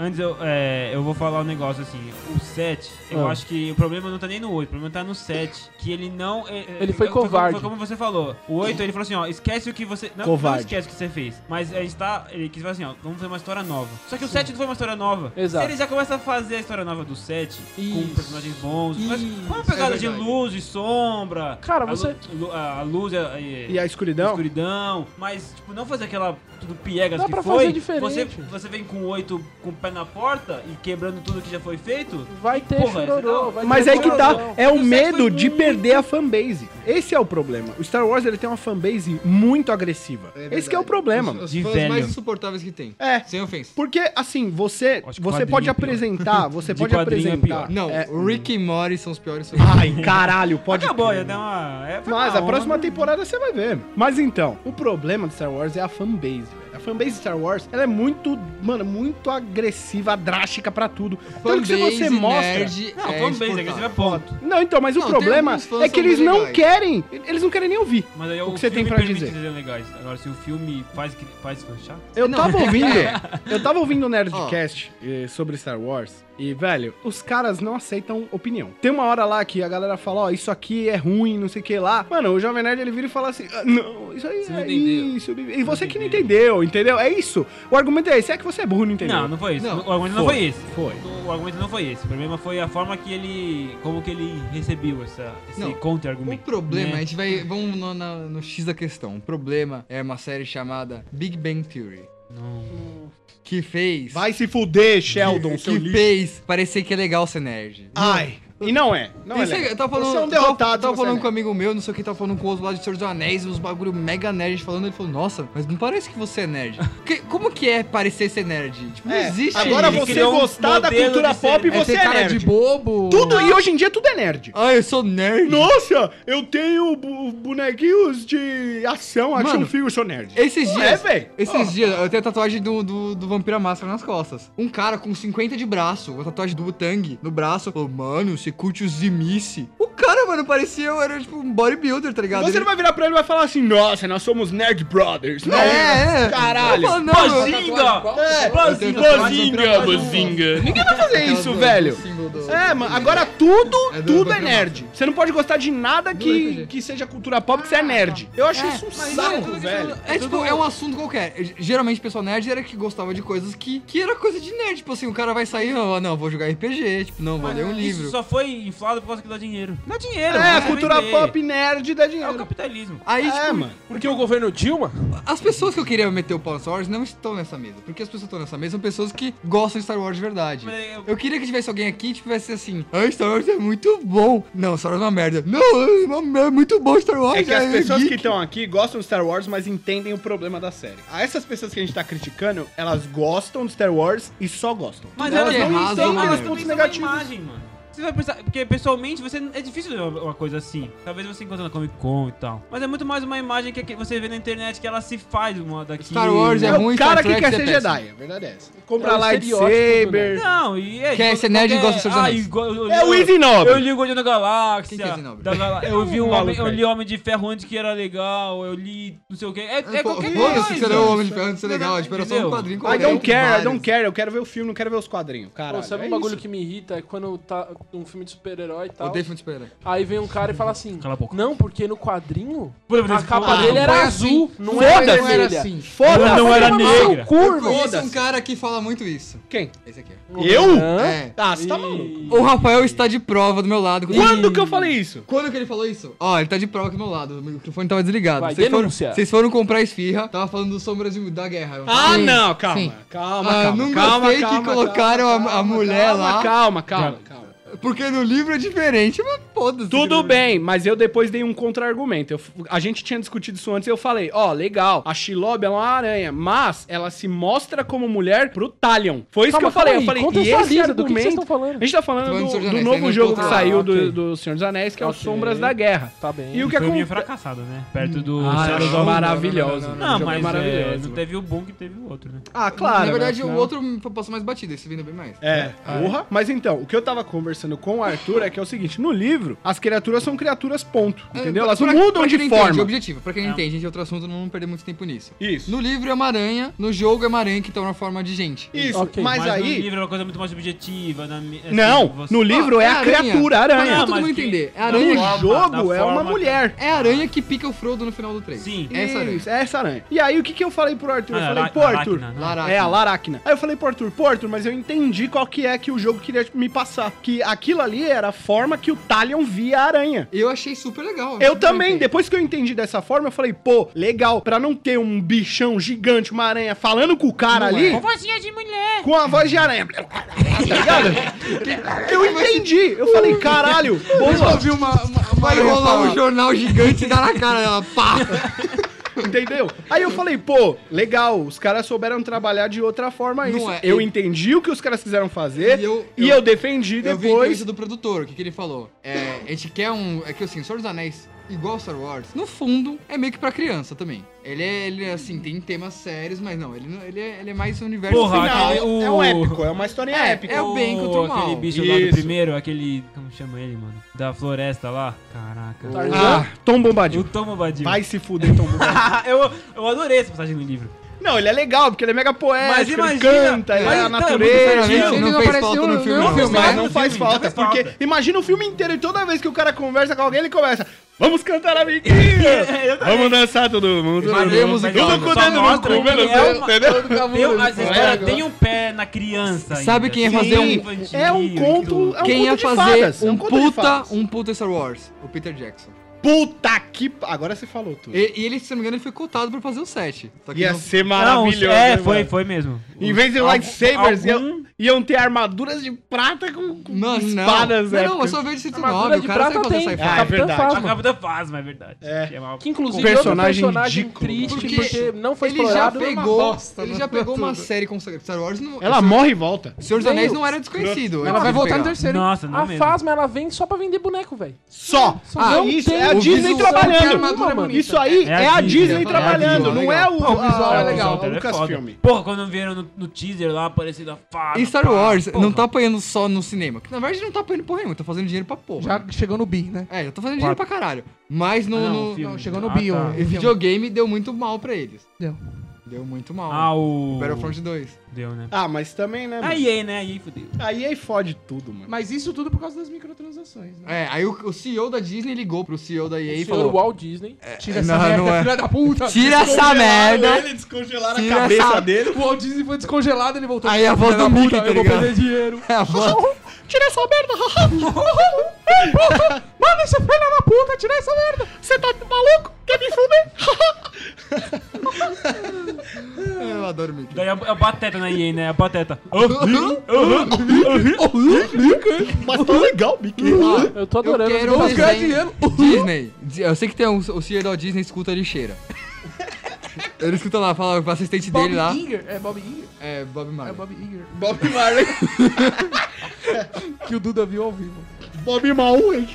Antes eu, é, eu vou falar um negócio assim. O 7, eu Ah. acho que o problema não tá nem no 8, o problema tá no 7. Que ele não. é, é, Ele foi é, covarde. Foi como você falou. O 8, ele falou assim: ó, esquece o que você. Não, Covarde. não esquece o que você fez. Mas a gente tá. Ele quis falar assim: ó, vamos fazer uma história nova. Só que o 7 não foi uma história nova. Exato. Se ele já começa a fazer a história nova do 7, Isso. com personagens bons, mas Isso, com uma pegada é de verdade. luz e sombra. Cara, a lu- você- lu- A, a luz. é- é- E a escuridão? escuridão, mas tipo, não fazer aquela tudo piegas Então- Dá que pra foi. fazer diferente. Você, você vem com oito com o pé na porta e quebrando tudo que já foi feito. Vai ter Porra, chororô, não. vai Mas ter é que tá, chororô. é o Sucesso medo foi de muito- perder a fanbase. Esse é o problema. O Star Wars ele tem uma fanbase muito agressiva. Esse que é o problema. mano. Os, De os fãs velho. mais insuportáveis que tem. É. Sem ofensa. Porque assim, você Acho que você quadrinho pode é pior. apresentar, você De pode quadrinho é apresentar. pior. Não, É- o Rick e Morty são os piores. Ai, caralho, pode Acabou, ia dar uma. É, foi Mas uma a próxima onda. temporada você vai ver. Tá Mas então, o problema do Star Wars é a fanbase, velho. A fanbase de Star Wars, ela é muito, mano, muito agressiva, drástica pra tudo. Tanto que se você Fanbase mostra... Nerd Não, é fanbase, é que insuportável. você vai ponto. Não, então, mas Não, o tem problema alguns fãs é que são eles bem não legais. querem, eles não querem nem ouvir. Mas aí O o, que você filme tem pra permite dizer? que sejam legais. Agora, se o filme faz que faz escanchar. Eu Não. tava ouvindo, eu tava ouvindo o Nerdcast eh, sobre Star Wars e, velho, os caras não aceitam opinião. Tem uma hora lá que a galera fala, ó, isso aqui é ruim, não sei o que lá. Mano, o Jovem Nerd, ele vira e fala assim, "Ah, não, isso aí Você não é entendeu. isso. E você que não entendeu, entendeu? É isso. O argumento é esse, é que você é burro, não entendeu. Não, não foi isso. Não, o argumento não foi, foi esse. foi. O argumento não foi esse. O problema foi a forma que ele. como que ele recebeu essa, esse Não, O contra-argumento. problema, né? a gente vai. Vamos no, na- no X da questão. O problema é uma série chamada Big Bang Theory. Que fez. Vai se fuder, Sheldon, seu que lixo. fez parecer que é legal ser nerd. Ai, e não é. Não é Isso aí, legal. eu tava tá falando, você é um derrotado. Tava, tava você é falando nerd. com um amigo meu, não sei o que, tava falando com o outro lado de Senhor dos Anéis, uns bagulho mega nerd a gente falando. Ele falou, nossa, mas não parece que você é nerd. Que- como que é parecer ser nerd? Tipo, não É, existe. Agora isso. Ele você criou um gostar da modelo cultura de ser- pop e é, você ter é cara nerd. de bobo. Tudo, e hoje em dia tudo é nerd. Ah, eu sou nerd. Nossa, eu tenho bu- bonequinhos de ação, action Mano, figure, eu sou nerd. Esses Não dias, é, véi? esses dias, eu tenho a tatuagem do, do, do Vampira Máscara nas costas. Um cara com 50 de braço, uma tatuagem do Tang no braço, falou, mano, você curte os Zimice. O cara, mano, parecia, era tipo um bodybuilder, tá ligado? Você não é vai virar pra ele e vai falar assim, nossa, nós somos nerd brothers. Não, É, é. Caralho. Eu falo, não, Bozinga! É, tenho bozinga, tatuagem bozinga, um bozinga. Ninguém vai fazer isso, velho. É, mano, agora tudo, É do tudo é Vampira nerd. Você não pode gostar de nada que, RPG. que seja cultura pop, que Ah, você é nerd. Eu acho isso um saco, velho. tá. É tipo, é um assunto qualquer. Geralmente, pessoal nerd era que gostava de coisas que, que era coisa de nerd. Tipo assim, o cara vai sair, não, não vou jogar RPG, tipo, não, vou ler um livro. Isso só foi inflado por causa que dá dinheiro. Dá dinheiro, É, a vai cultura vender. pop nerd dá É o dinheiro. capitalismo. Aí, tipo, É, mano. Porque o governo Dilma? As pessoas que eu queria meter o pau no Star Wars não estão nessa mesa. Porque as pessoas que estão nessa mesa são pessoas que gostam de Star Wars de verdade. Mas eu- Eu queria que tivesse alguém aqui que tivesse assim: Ah, Star Wars é muito bom. Não, Star Wars é uma merda. Não, é uma merda, é muito bom Star Wars. É que as pessoas que geek. estão aqui gostam de Star Wars, mas entendem o problema da série. A essas pessoas que a gente tá criticando, elas gostam de Star Wars e só gostam. Mas Não, elas que é não errado, entendem mano. os pontos negativos. imagem, mano. Você vai pensar, porque pessoalmente você é difícil ver uma, uma coisa assim. Talvez você encontre na Comic Con e tal. Mas é muito mais uma imagem que, que você vê na internet que ela se faz uma daqui. Star Wars é É ruim, o cara Star que Trek quer é ser péssimo. Jedi, a verdade é essa. Compra É o estereótipo do lightsaber. nerd. Não, e é. Quer de- ser nerd e qualquer- gosta de Senhor dos Ah, Anéis. e go- eu- É eu- o Easy Noble. Eu li o Guardião da Galáxia. Quem que é esse nobre? da Gala- Eu vi o maluco homem, eu aí. li Homem de Ferro antes que era legal. Eu li não sei o que. É, é qualquer coisa. Foda-se, será o Homem de Ferro, isso é legal. Tipo, era só um Entendeu? quadrinho I qualquer, don't care, I vários. don't care. Eu quero ver o filme, não quero ver os quadrinhos. Caralho. Pô, sabe é um bagulho isso. que me irrita? É quando tá um filme de super-herói e tal. Odeio filme de super-herói. Aí vem um cara e fala assim: Cala a boca. Não, porque no quadrinho Por exemplo, a esse- capa Ah, dele não era foi azul, assim. não era Não era vermelha. assim. Foda-se. Não era vai tomar negra. no cu. Eu Curva. conheço um Foda-se. cara que fala muito isso. Quem? Esse aqui, ó. Eu? Hã? É. Tá, você tá maluco. O Rafael está de prova do meu lado. Quando que eu falei isso? Quando que ele falou isso? Ó, ele tá de prova aqui do meu lado. O microfone tava desligado. Vai, vocês, foram, denúncia. vocês foram comprar esfirra. Tava falando do Sombras de- da Guerra. Eu Ah, falei, não, calma. sim. Calma, Ah, calma. não calma, gostei que calma, colocaram a- a mulher calma, lá. Calma, calma, calma. Porque no livro é diferente, mas foda-se. Tudo bem, mas eu depois dei um contra-argumento. Eu- A gente tinha discutido isso antes e eu falei, ó, legal, a Shilob é uma aranha, mas ela se mostra como mulher pro Talion. Foi isso Calma, que eu falei. calma aí, eu falei, conta e essa esse lista, do que que argumento... vocês estão falando? A gente tá Tô falando falando do Senhor do, dos do Anéis, tá novo indo jogo pro que outro saiu lado, ok. do, do Senhor dos Anéis, que é o Ok. Sombras da Guerra. Tá bem. E o que é Foi meio aconteceu? fracassado, né? Perto do Ah, eu Shadow acho of- maravilhoso. Não, mas é, maravilhoso. não teve o bom que teve o outro, né? Ah, claro. Na verdade, né, o afinal- outro passou É, mais batido. Esse vindo bem mais. É, porra. Mas então, o que eu tava conversando com o Arthur é que é o seguinte: no livro, livro. As criaturas são criaturas, ponto. Ah, Entendeu? É, Elas pra- não mudam pra quem de entende, forma. objetivo, pra quem não entende, gente, é outro assunto, não vamos perder muito tempo nisso. Isso. No livro é uma aranha, no jogo é uma aranha que tá na forma de gente. Isso, Ok. mas, Mas no aí. livro é uma coisa muito mais subjetiva. na mi- assim, não, você- no livro é, é a aranha. criatura, a Mas aranha. todo mas mundo que- entender, é na aranha. no forma- jogo na é uma forma- mulher. É a aranha que pica o Frodo no final do 3. Sim. Essa aranha. Isso, é essa aranha. E aí, o que, que eu falei pro Arthur? Eu Ah, falei, lá- pô, lá- Arthur. lá- Laracna. É, a Laracna. Aí eu falei pro Arthur, pô, Arthur, mas eu entendi qual que é que o jogo queria me passar. Que aquilo ali era a forma que o Talion via a aranha. Eu achei super legal. achei Eu super também, bem feito. depois que eu entendi dessa forma, eu falei, pô, legal, pra não ter um bichão gigante, uma aranha falando com o cara Não ali, é. Vozinha de mulher. com a voz de aranha. Tá ligado? Eu entendi. Eu falei, caralho, boa. ouvi uma, uma, uma Vai aranha rolar falar. um jornal gigante e dar na cara dela, pá! Entendeu? Aí eu falei, pô, legal, os caras souberam trabalhar de outra forma Não isso. é, eu e- entendi o que os caras quiseram fazer E e eu, eu- eu- defendi Eu vi a depois. entrevista do produtor, o que, que ele falou? É, a gente quer um. É que assim, Senhor dos Anéis, igual Star Wars, no fundo, é meio que pra criança também. Ele é, ele é, assim, tem temas sérios, mas não, ele, não- ele, é, ele é mais um universo Porra, final. aquele- Não, É um épico, é uma historinha É, épica. um- é o bem contra o mal. Aquele bicho lá do Isso. primeiro, aquele... Como chama ele, mano? Da floresta lá. Caraca. Ah, Tom Eu Bombadil. tomo Badil. Vai se fuder, Tom Bombadil. eu, eu adorei essa passagem no livro. Não, ele é legal, porque ele é mega poético, Mas ele imagina- canta, ele mas é a então, natureza. muito Sinceramente, Ele não, não fez aparece falta nenhum- no filme, né? nenhum não. filme, Mas Mas não no faz filme, falta, não faz porque falta. imagina o filme inteiro e toda vez que o cara conversa com alguém, ele começa. Vamos cantar a amiguinha! Vamos dançar todo mundo! Mas todo é mundo." musical, Tudo né? com o Só dedo no mostra cu, que menos é eu, uma- entendeu? Tem, essa história Agora- tem um pé na criança ainda. Sabe quem ia Sim, fazer um- infantil É um e conto, tudo. é um Quem conto ia de fazer fadas, é um conto de puta, fadas. um puta Star Wars? O Peter Jackson. Puta que... pa- Agora você falou tudo. E, e ele, se não me engano, ele foi cotado pra fazer o 7. Só que Ia não- ser Não, maravilhoso. é, né, foi, mano? foi mesmo. Em vez de lightsabers, iam, algum- iam ter armaduras de prata com, com Mano, não. espadas, não, né? não, eu só vejo Armadura 109. de O cara prata sabe fazer tem. sci-fi. Ah, é verdade. A Fasma. cabo da Fasma, é verdade. É. Que uma- Que inclusive Um é outro personagem personagem ridículo. triste Porque porque não foi ele já explorado. pegou, bosta, ele né? já pegou uma Tudo. série consagrada. Star Wars não. Ela morre e volta. Senhor dos Anéis não era desconhecido. Ela vai voltar no terceiro. terceiro. Nossa, não A mesmo. Fasma ela vem só pra vender boneco, velho. Só. Ah, Ah, não isso tem. é a O Disney visual tem trabalhando. armadura Mano, bonita. Isso aí é, É a a Disney, Disney é trabalhando, legal. não é o, Pô, o visual a- é legal, o o trailer é Lucasfilm. foda. Porra, quando vieram no, no teaser lá aparecendo a Fasma. E Star pá, Wars porra. não tá apoiando só no cinema. que Na verdade, não tá apoiando porra nenhuma. Tá fazendo dinheiro pra porra. Já chegou no BIM, né? É, já tá fazendo dinheiro pra caralho. Mas no, Ah, não, no- filme. Não, chegou no Ah, BIM. tá. no videogame deu muito mal pra eles. Deu. Deu muito mal. Ah, o... Battlefront 2. Deu, né? Ah, mas também, né? mano? Aí, aí, né? Aí, fudeu. Aí aí fode tudo, mano. Mas isso tudo por causa das microtransações, né? É, aí o, o CEO da Disney ligou pro CEO da EA e O senhor falou: Walt Disney. Tira não, essa merda, não é. filha da puta! Tira essa merda! Ele descongelaram Tira essa- dele. O Walt Disney foi descongelado, ele voltou. Aí a voz Filha do da Mickey, puta, tá Eu vou ligado? perder dinheiro. É a voz. Tira essa merda. Manda essa filha é da puta, tira essa merda! Você tá maluco? Quer me fuder? Eu adoro o Mickey. Daí é o é o Pateta na EA, né? É o Pateta. Aham, aham. mas tá legal, Mickey. Ó, Eu tô adorando. Eu quero os um bonecos. desenho Disney. Di- Eu sei que tem um, o CEO da Disney escuta a lixeira. Ele escuta lá, fala pro assistente Bob dele lá. Iger? É Bob Iger? É, Bob É Marley. Bob Iger. Bob Marley. Que o Duda viu ao vivo. Bob Marley.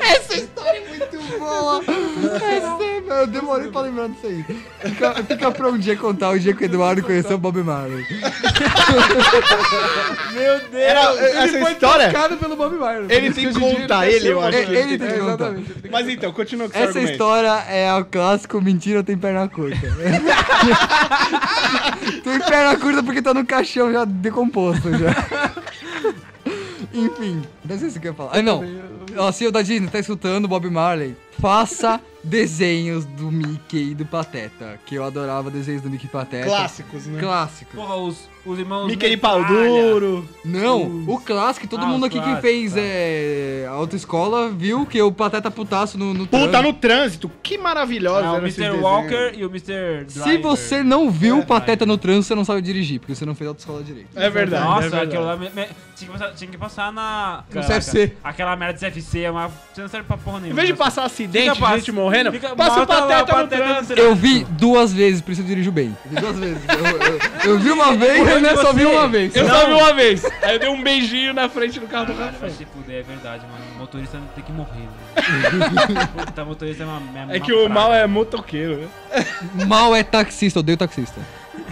Essa história é muito boa. Essa, é- meu, eu demorei pra lembrar disso aí. Fica, fica pra um dia contar o dia que o Eduardo conheceu o Bob Marley. Era, essa história, Tocado pelo Bob Marley. ele tem que contar ele, eu acho. Ele, ele tem É, que contar. exatamente. ele tem que- Mas então, continua com esse Essa argumento. história é o clássico Mentira tem perna curta. tem perna curta porque tá no caixão já decomposto já. Enfim, não sei se você quer falar. Ah, não. Ó, CEO da Disney tá escutando Bob Marley. Faça desenhos do Mickey e do Pateta. Que eu adorava desenhos do Mickey e Pateta. Clássicos, né? Clássico. Porra, os, os irmãos... Mickey e pau Medalha. duro. Não, o clássico, que todo Ah, mundo o aqui que clássico, fez tá. é, autoescola viu que o Pateta putaço no, no Puta trânsito. no trânsito. Que maravilhosa Ah, o era esse Mr. Walker e o Mr. Driver. Se você não viu É, o Pateta vai. no trânsito, você não sabe dirigir, porque você não fez autoescola direito. É verdade. é Nossa, verdade. aquilo lá me- me- tinha, que passar, tinha que passar na. No CFC. Aquela merda de CFC, é uma, você não serve pra porra nenhuma. Em vez de passar acidente, Fica pass- gente morrendo, fica- passa o bota lá pateta o no Pateta no trânsito. Eu vi duas vezes, por isso eu dirijo bem. Eu vi duas vezes. Eu, eu- eu vi uma vez, o Renan só viu uma vez. Eu só vi uma vez. Aí eu dei um beijinho na frente do carro do Caralho, vai Rafael. se fuder, é verdade, mano. O motorista tem que morrer, mano. Puta, motorista é uma merda. É que o mal é motoqueiro, né? Mal é taxista, eu odeio taxista.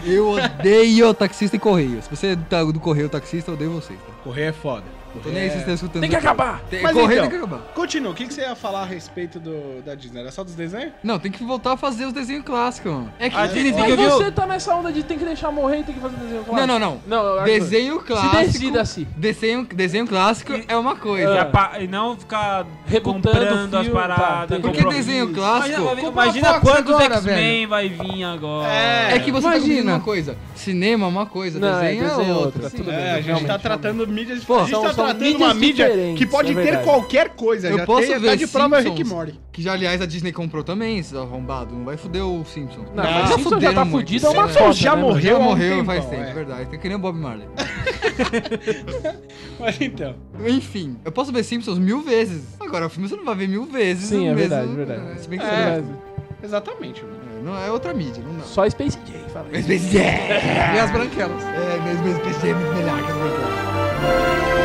Eu odeio taxista e correio. Se você tá do correio taxista, eu odeio vocês. tá? Correr é foda. Tô nem aí se vocês estão escutando. Tem que acabar! Tem, Mas correr então- tem que acabar. Continua, o que, que você ia falar a respeito do, da Disney? Era só dos desenhos? Não, tem que voltar a fazer os desenhos clássicos, mano. É que A Disney tem Mas que você tá nessa onda de tem que deixar morrer e tem que fazer desenho clássico. Não, não, não. Não, eu acho- Desenho clássico. decida-se. Desenho, desenho clássico é uma E, a coisa. pa- e não ficar Rebutando comprando as filme, paradas. tá, Porque comprou- desenho clássico. Imagina, Compra a imagina Fox quantos agora, X-Men vai vir agora. É que você tá Imagina. confundindo uma coisa. Cinema é uma coisa, Não, é, desenho é, desenho é outra. outra. Tudo bem, É, a gente tá realmente. tratando mídias Pô, A gente são- tá são tratando mídias uma mídia diferentes, que pode é ter verdade. qualquer coisa. Eu já posso tem, ver tá de prova Rick e Simpsons. Morty. Que já, aliás, a Disney comprou também, esses arrombado. Não vai foder o Simpsons. Não, mas Simpsons já fuderam tá muito. fudido, é uma É. foda, já né, mano? morreu, Já há um morreu tempão, faz tempo, é. é verdade. Tá que nem o Bob Marley. Mas então. Enfim, eu posso ver Simpsons mil vezes. Agora, o filme você não vai ver mil vezes. Sim, o é mesmo- verdade, verdade. Se bem que É. você não Exatamente, mano. vai- é, não é outra mídia, não dá. Só Space Jam, fala aí. E as branquelas. É, mesmo SPC é muito melhor que as branquelas.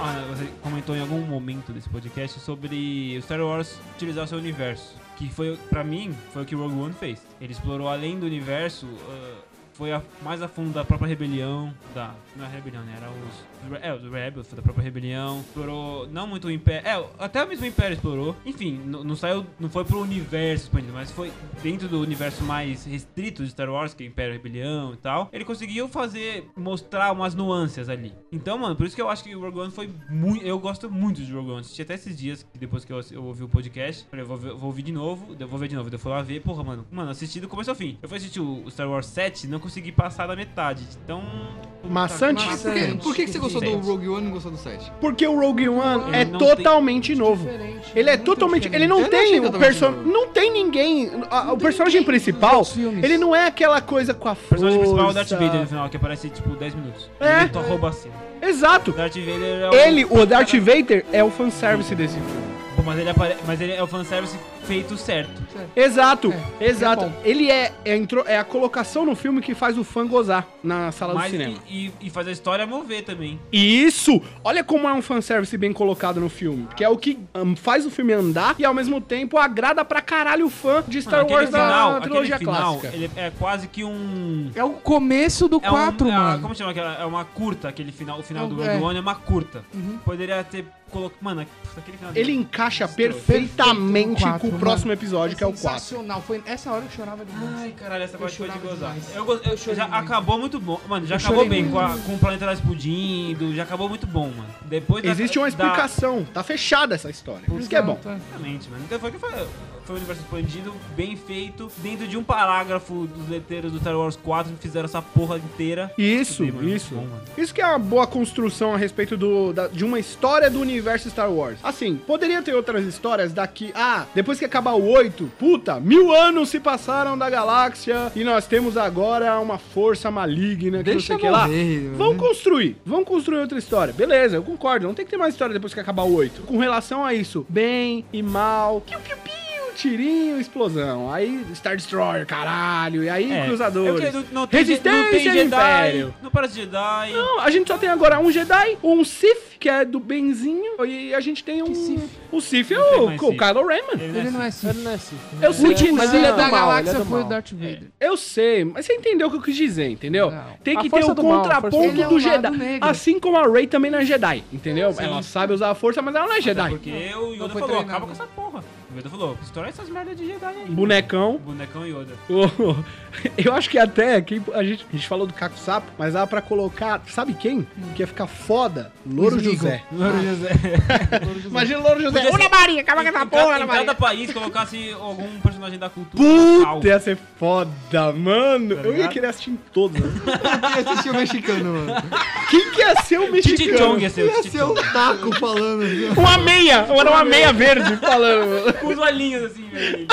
Ah, você comentou em algum momento desse podcast sobre o Star Wars utilizar seu universo. Que foi, pra mim, foi o que o Rogue One fez. Ele explorou além do universo, ah, foi a- mais a fundo da própria rebelião. Da, não é rebelião, né? Era os. Re- É, os Rebels, foi da própria rebelião. Explorou não muito o Império. É, até mesmo o Império explorou. Enfim, n- não saiu. Não foi pro universo expandido, mas foi dentro do universo mais restrito de Star Wars, que é Império Rebelião e tal. Ele conseguiu fazer. mostrar umas nuances ali. Então, mano, por isso que eu acho que o Rogue One foi muito. Eu gosto muito de Rogue One. Assisti até esses dias, que depois que eu, assi- eu ouvi o podcast. Falei, eu vou, ver- eu vou ouvir de novo. daí Eu vou ver de novo. daí Eu fui lá ver, porra, mano. Mano, assisti do começo ao fim. Eu fui assistir o o Star Wars 7 não consegui passar da metade. Então. Maçante? Mas por que, por que que você gostou do Gente. Rogue One e não gostou do 7? Porque o Rogue One Ele é não totalmente novo. Diferente, Ele é muito totalmente. diferente. Ele não Eu não achei tem o totalmente personagem. novo. Não tem ninguém. a- o personagem ninguém dos principal. outros filmes. Ele não é aquela coisa com a O personagem principal é o força. Darth Vader no final, que aparece tipo 10 minutos. É? Ele só rouba a cena. O Exato. Darth Vader é o. Ele, o Darth Vader, é o fanservice desse filme. Pô, Mas ele, apare... mas ele é o fanservice feito certo. Exato, É, exato. é bom. ele é, é, a intro- é a colocação no filme que faz o fã gozar na sala Mas do cinema. e, e- e faz a história mover também. Isso! Olha como é um fanservice bem colocado no filme. Que é o que hum, faz o filme andar e ao mesmo tempo agrada pra caralho o fã de Ah, Star Mano, Wars da Ah, aquele trilogia final, clássica. ele é quase que um. É o começo do É um- 4, é uma- mano. Como chama aquela? É uma curta, aquele final. O final É um- do Rogue é. Uhum. One é uma curta. Poderia ter colocado. Mano, é aquele final. Ele encaixa Perfeito perfeitamente no quatro, com o mano. próximo episódio, que é o 4. Sensacional. Foi nessa hora que eu chorava demais. Ai, caralho, essa Eu parte foi de chorava gozar. demais. Eu, go- eu- Eu chorei já muito. acabou muito bom. Mano, já Eu acabou chorei bem com, a- com o planeta lá explodindo. Já acabou muito bom, mano. Depois da- Existe uma da- explicação, tá fechada essa história. Por isso que é bom. Exatamente, mano. Então foi o que eu falei. Foi um universo expandido, bem feito. Dentro de um parágrafo dos letreiros do Star Wars 4, fizeram essa porra inteira. Isso, Fudeu, mano. isso. Bom, mano. Isso que é uma boa construção a respeito do, da- de uma história do universo Star Wars. Assim, poderia ter outras histórias daqui. Ah, depois que acabar o 8, puta, mil anos se passaram da galáxia e nós temos agora uma força maligna que Deixa não sei o que lá. morrer, né? Vão construir, vão construir outra história. Beleza, eu concordo, não tem que ter mais história depois que acabar o 8. Com relação a isso, bem e mal, piu, piu, piu, tirinho, explosão. Aí Star Destroyer, caralho, e aí É. cruzadores. É porque não, não tem, Resistência não tem e Jedi, Império. não parece Jedi. Não, a gente só tem agora um Jedi, um Sith, que é do Benzinho, e a gente tem um. Sith? O Sith é Não tem o, mais o Sith. Kylo Ren, mano. Ele Ele não não é é assim. Ele não é assim. Eu sei que mas não. ele é da do mal, ele é galáxia do foi o mal. Darth Vader. Eu sei, mas você entendeu o que eu quis dizer, entendeu? Não. Tem A que ter força o do mal, a força contraponto do mal. do Ele é o lado Jedi. negro. Assim como a Rey também não é Jedi, entendeu? Sim. Ela sabe usar a força, mas ela não é Jedi. Jedi. Porque o Yoda Não foi falou, treinado. acaba com essa porra. O Yoda falou, estoura essas merdas de Jedi aí. Bonecão. Bonecão Yoda. Eu acho que até quem, a, gente, a gente falou do Caco Sapo, mas dá pra colocar, sabe quem? Que ia ficar foda? Louro Smeagol. José. Louro José. Imagina o Louro José. Podia ser- Olha, Maria, acaba com Em essa ca- porra, Maria. em cada país colocasse algum personagem da cultura local. Puta, ia ser foda, mano. Tá eu ia ligado? querer assistir em todos. mano. Eu assisti o mexicano, mano. Quem que ia ser o Titi mexicano? Chong ia ser o Titi Esse é um Chong. taco falando. assim, ó. Uma meia. Era uma meia verde falando. Com os olhinhos assim, velho.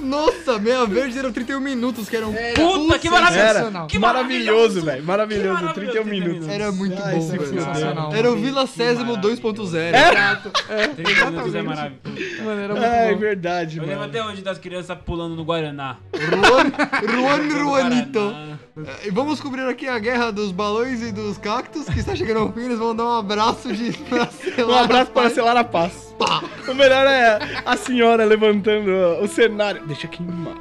Nossa, meia verde eram 31 minutos, que eram. É, Era Puta, que tudo maravilha. sensacional. Era Que maravilhoso, maravilhoso. velho. Maravilhoso, Que maravilhoso, 31 minutos. Era muito Ai, bom, isso é velho. sensacional. Era o Vila Sésimo maravilha. 2.0. Exato. 30 minutos é maravilhoso. Mano, era muito É bom. verdade, Eu lembro mano. até onde das crianças pulando no Guaraná. Ruan, Ruan No Tá Ruanito. Guaraná. É, E vamos cobrir aqui a guerra dos balões e dos cactos, que está chegando ao fim. Eles vão dar um abraço de. pra Um selar abraço a para paz. selar a paz. O melhor é a senhora levantando o cenário. Deixa queimar.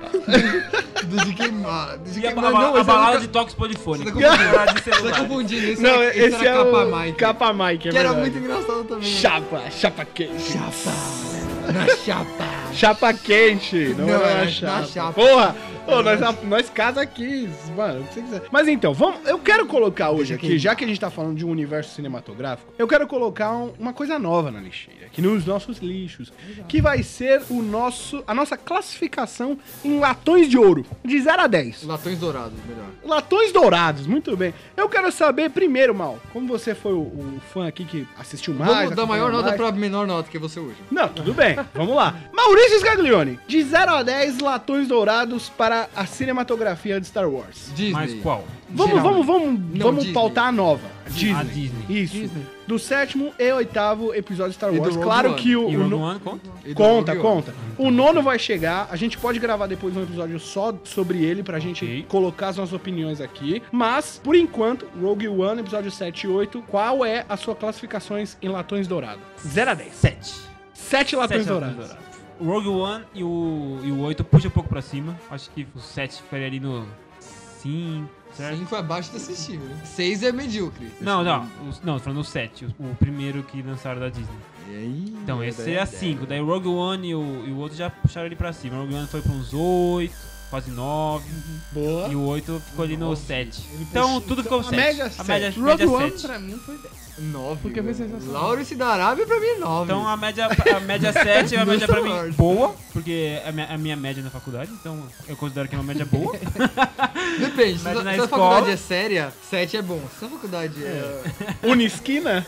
Desde que. ah, Desde E que a, ba- mas não, a esse é o balada ca- de toques polifônicos. Você tá confundindo. Balada de Você tá celular. confundindo, esse, Não, era, esse esse é era capa o Mike. Capa Mike, é que era verdade. muito engraçado também. Chapa, chapa quente. Chapa. Na chapa. Chapa quente, não, Não, é é a na chapa. chapa. Porra! Ô, nós, nós casa aqui, mano, o que você quiser. Mas então, vamos. Eu quero colocar hoje aqui, já que a gente tá falando de um universo cinematográfico, eu quero colocar um- uma coisa nova na lixeira, que nos nossos lixos, que vai ser o nosso, a nossa classificação em latões de ouro, de 0 a 10. Latões dourados, melhor. Latões dourados, muito bem. Eu quero saber primeiro, Mal, como você foi o, o fã aqui que assistiu mais. Vamos dar maior acompanhou mais. nota pra menor nota que é você hoje. Não, tudo bem, vamos lá. Maurício Scaglione, de 0 a 10 latões dourados para a cinematografia de Star Wars. Disney. Mas qual? Vamos, Geral. vamos, vamos, Não, vamos Disney. pautar a nova. Disney. A Disney. Isso. Do sétimo e oitavo episódio de Star E do Wars. Rogue Claro One. que o. E o o no- Rogue One conta? E do Conta, Rogue One. conta. O nono vai chegar. A gente pode gravar depois um episódio só sobre ele pra gente Ok. colocar as nossas opiniões aqui. Mas, por enquanto, Rogue One, episódio 7 e 8, qual é a sua classificações em latões dourados? 0 a 10. 7. 7 latões Sete Latões dourados. Dourados. O Rogue One e o, e o 8 puxa um pouco pra cima. Acho que o 7 ficaria ali no 5, certo? 5 é abaixo do assistível. 6 é medíocre. Não, não. os- não, tô falando o 7, o, o primeiro que lançaram da Disney. E aí? né, Então, esse é seria 5. Daí o Rogue One e o, e o outro já puxaram ele pra cima. O Rogue One foi pra uns 8, quase 9. Boa. E o 8 ficou ali no 7. Então, tudo ficou 7. média A sete. média, Rogue média One 7. pra mim foi 10. 9. Porque foi sensacional. né? Lawrence da Arábia pra mim é 9. Então a média, a média 7 é uma Meu média pra mim Lord. boa, porque é a minha, a minha média na faculdade, então eu considero que é uma média boa. Depende, se, Mas a- na se a escola- faculdade é séria, 7 é bom. Se a faculdade é... Unisquina?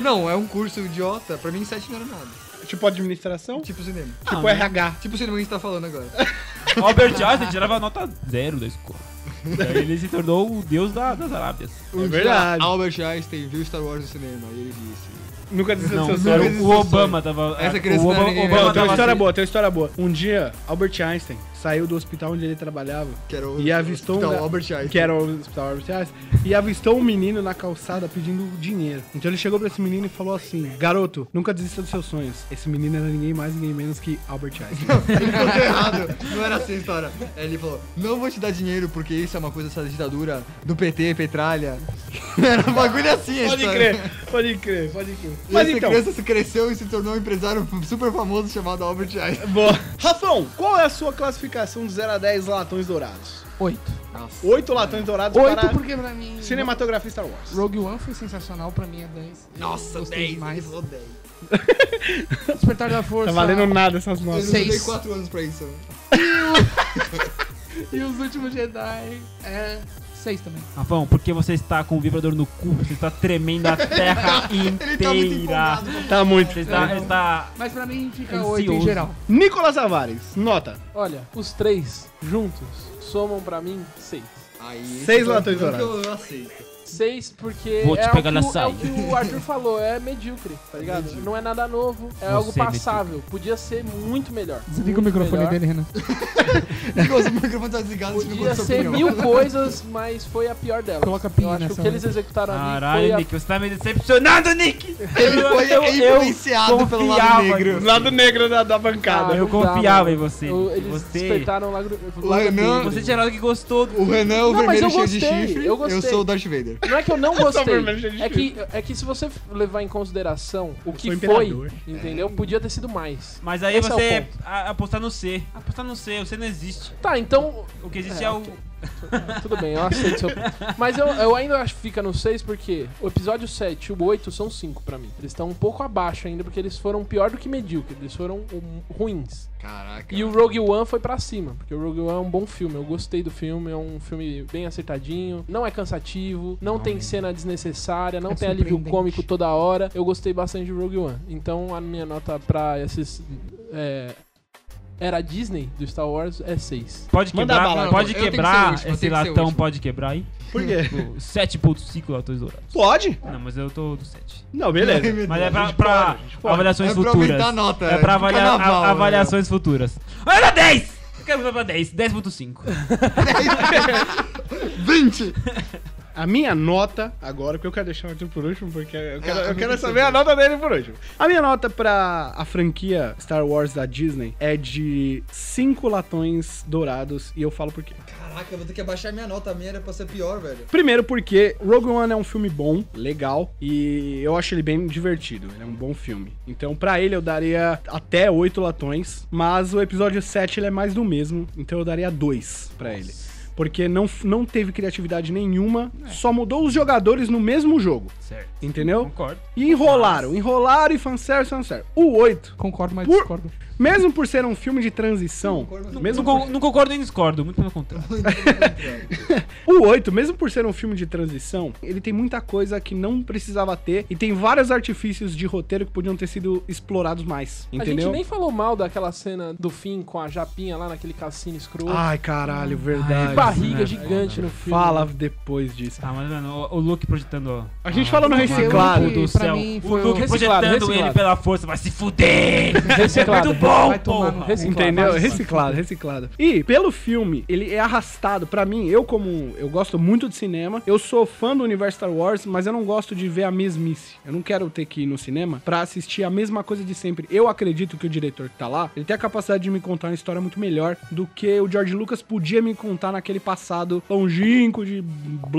Não, é um curso idiota, pra mim 7 não era nada. Tipo administração? Tipo cinema. Tipo né? RH. Tipo o cinema que a gente tá falando agora. Albert Einstein tirava nota zero da escola. Daí ele se tornou o deus da- das Arábias. Um dia, É verdade. Albert Einstein viu Star Wars no cinema e ele disse... Nunca desistiu Não, seus era sonhos. existe o Obama tava. é, Essa o criança Obama, não era ninguém, Obama Não, tem uma tava história assim, boa, tem uma história boa. Um dia, Albert Einstein saiu do hospital onde ele trabalhava, Que era o, E avistou o um- Albert Einstein. que era o hospital Albert Einstein, e avistou um menino na calçada pedindo dinheiro. Então ele chegou pra esse menino e falou assim: Garoto, nunca desista dos seus sonhos. Esse menino era ninguém mais, ninguém menos que Albert Einstein. Ele contou errado. Não era assim a história. Ele falou: Não vou te dar dinheiro porque isso é uma coisa, essa ditadura do PT, Petralha. Era um bagulho assim, a pode história. crer, pode crer, pode crer. E Mas essa então. criança se cresceu e se tornou um empresário super famoso chamado Albert Einstein. Boa. Rafão, qual é a sua classificação de 0 a 10 latões dourados? 8. Oito latões dourados Oito para porque pra mim... cinematografia Star Wars. Rogue One foi sensacional, pra mim é 10. Eu gostei demais. ele falou 10. Despertar da Força. Tá valendo nada essas notas. Eu Seis. levei 4 anos pra isso. E os últimos Jedi é 6 também. Rafão, por que você está com o vibrador no cu? Você está tremendo a terra Ele tá muito inteira. empolgado. Tá muito. Você está. Não. está- Mas pra mim fica Ansioso. 8 em geral. Nicolas Tavares, nota. Olha, os três juntos somam pra mim seis. Aí, Seis isso latões foi tudo dourados. que Eu aceito. Seis porque Vou te é, pegar o na que, o- é o saia. que o Arthur falou, é medíocre, tá ligado? Não é nada novo, é algo é medíocre. passável. Podia ser muito melhor. Desliga o muito microfone melhor. dele, Renan. Nicolas, o microfone tá desligado, você não Podia conta sua ser opinião. mil coisas, mas foi a pior delas. Coloca pi Eu acho que nessa o que eles executaram ali foi Caralho, a Nick, você tá me decepcionado, Nick! Ele foi Eu- eu influenciado pelo lado confiava negro. nisso. Lado negro da, da bancada. Ah, Eu não dá, confiava mano. em você. Eu- Nick. eles Você. despertaram o lagro. O Renan- Você tinha nada que gostou. O Renan é o Não, mas vermelho eu cheio de gostei, chifre. eu eu gostei. sou o Darth Vader. Não é que eu não vermelho, gostei. gente. É que, é que se você levar em consideração o que sou foi, imperador. entendeu? Podia ter sido mais. Mas aí Esse é o você ponto. a- apostar no C. Apostar no C, o C não existe. Tá, então. O que existe É, é, o. Tudo bem, eu aceito seu. Mas eu, eu ainda acho que fica no 6 porque o episódio 7 e o 8 são 5 pra mim. Eles estão um pouco abaixo ainda porque eles foram pior do que medíocre. Eles foram um, ruins. Caraca. E o Rogue One foi pra cima, porque o Rogue One é um bom filme. Eu gostei do filme, é um filme bem acertadinho, não é cansativo, não, tem cena desnecessária, não né? É tem alívio surpreendente. cômico toda hora. Eu gostei bastante de Rogue One. Então a minha nota pra esses é, era a Disney do Star Wars, é 6. Pode Manda quebrar, bala, pode eu tenho que ser o último, quebrar eu esse tenho que ser o latão, último. pode quebrar aí. Ah, Por quê? Tipo, 7.5 latões dourados. Pode? Não, mas eu tô do 7. Não, beleza. Mas é pra, pra avaliações É pra futuras. aumentar a nota, É pra é avalia carnaval, a- avaliações futuras. Era 10! Eu quero mudar pra 10. 10.5. é. 20! A minha nota, agora, porque eu quero deixar o Arthur por último, porque eu quero, eu quero saber a nota dele por último. A minha nota pra a franquia Star Wars da Disney é de 5 latões dourados, e eu falo por quê. Caraca, eu vou ter que abaixar minha nota. A minha era pra ser pior, velho. Primeiro porque Rogue One é um filme bom, legal, e eu acho ele bem divertido. Ele é um bom filme. Então, pra ele eu daria até 8 latões, mas o episódio 7 ele é mais do mesmo, então eu daria 2 pra ele. Porque não, não teve criatividade nenhuma, só mudou os jogadores no mesmo jogo, Certo. entendeu? Concordo. E enrolaram, enrolaram e fanservice, fanservice. O 8, Concordo, mas Por- discordo. mesmo por ser um filme de transição, mesmo por- Não, con- não concordo nem discordo, muito pelo contrário. O 8, mesmo por ser um filme de transição, ele tem muita coisa que não precisava ter e tem vários artifícios de roteiro que podiam ter sido explorados mais, A gente entendeu? nem falou mal daquela cena do fim com a Japinha lá naquele cassino escroto. Ai, caralho, verdade. barriga Ah, né? gigante no filme. Fala depois disso. Tá, mas mano, o, o Luke projetando. A gente fala no Mas eu reciclado. que- do pra céu. mim, o foi Luke o- projetando Reciclado, ele reciclado. pela força, vai se fuder! É Reciclado. muito bom, Vai tomar no porra. cu. Entendeu? Mas- Reciclado, reciclado. E pelo filme, ele é arrastado. Pra mim, eu como um, eu gosto muito de cinema, eu sou fã do universo Star Wars, mas eu não gosto de ver a mesmice. Eu não quero ter que ir no cinema pra assistir a mesma coisa de sempre. Eu acredito que o diretor que tá lá, ele tem a capacidade de me contar uma história muito melhor do que o George Lucas podia me contar naquele passado longínquo de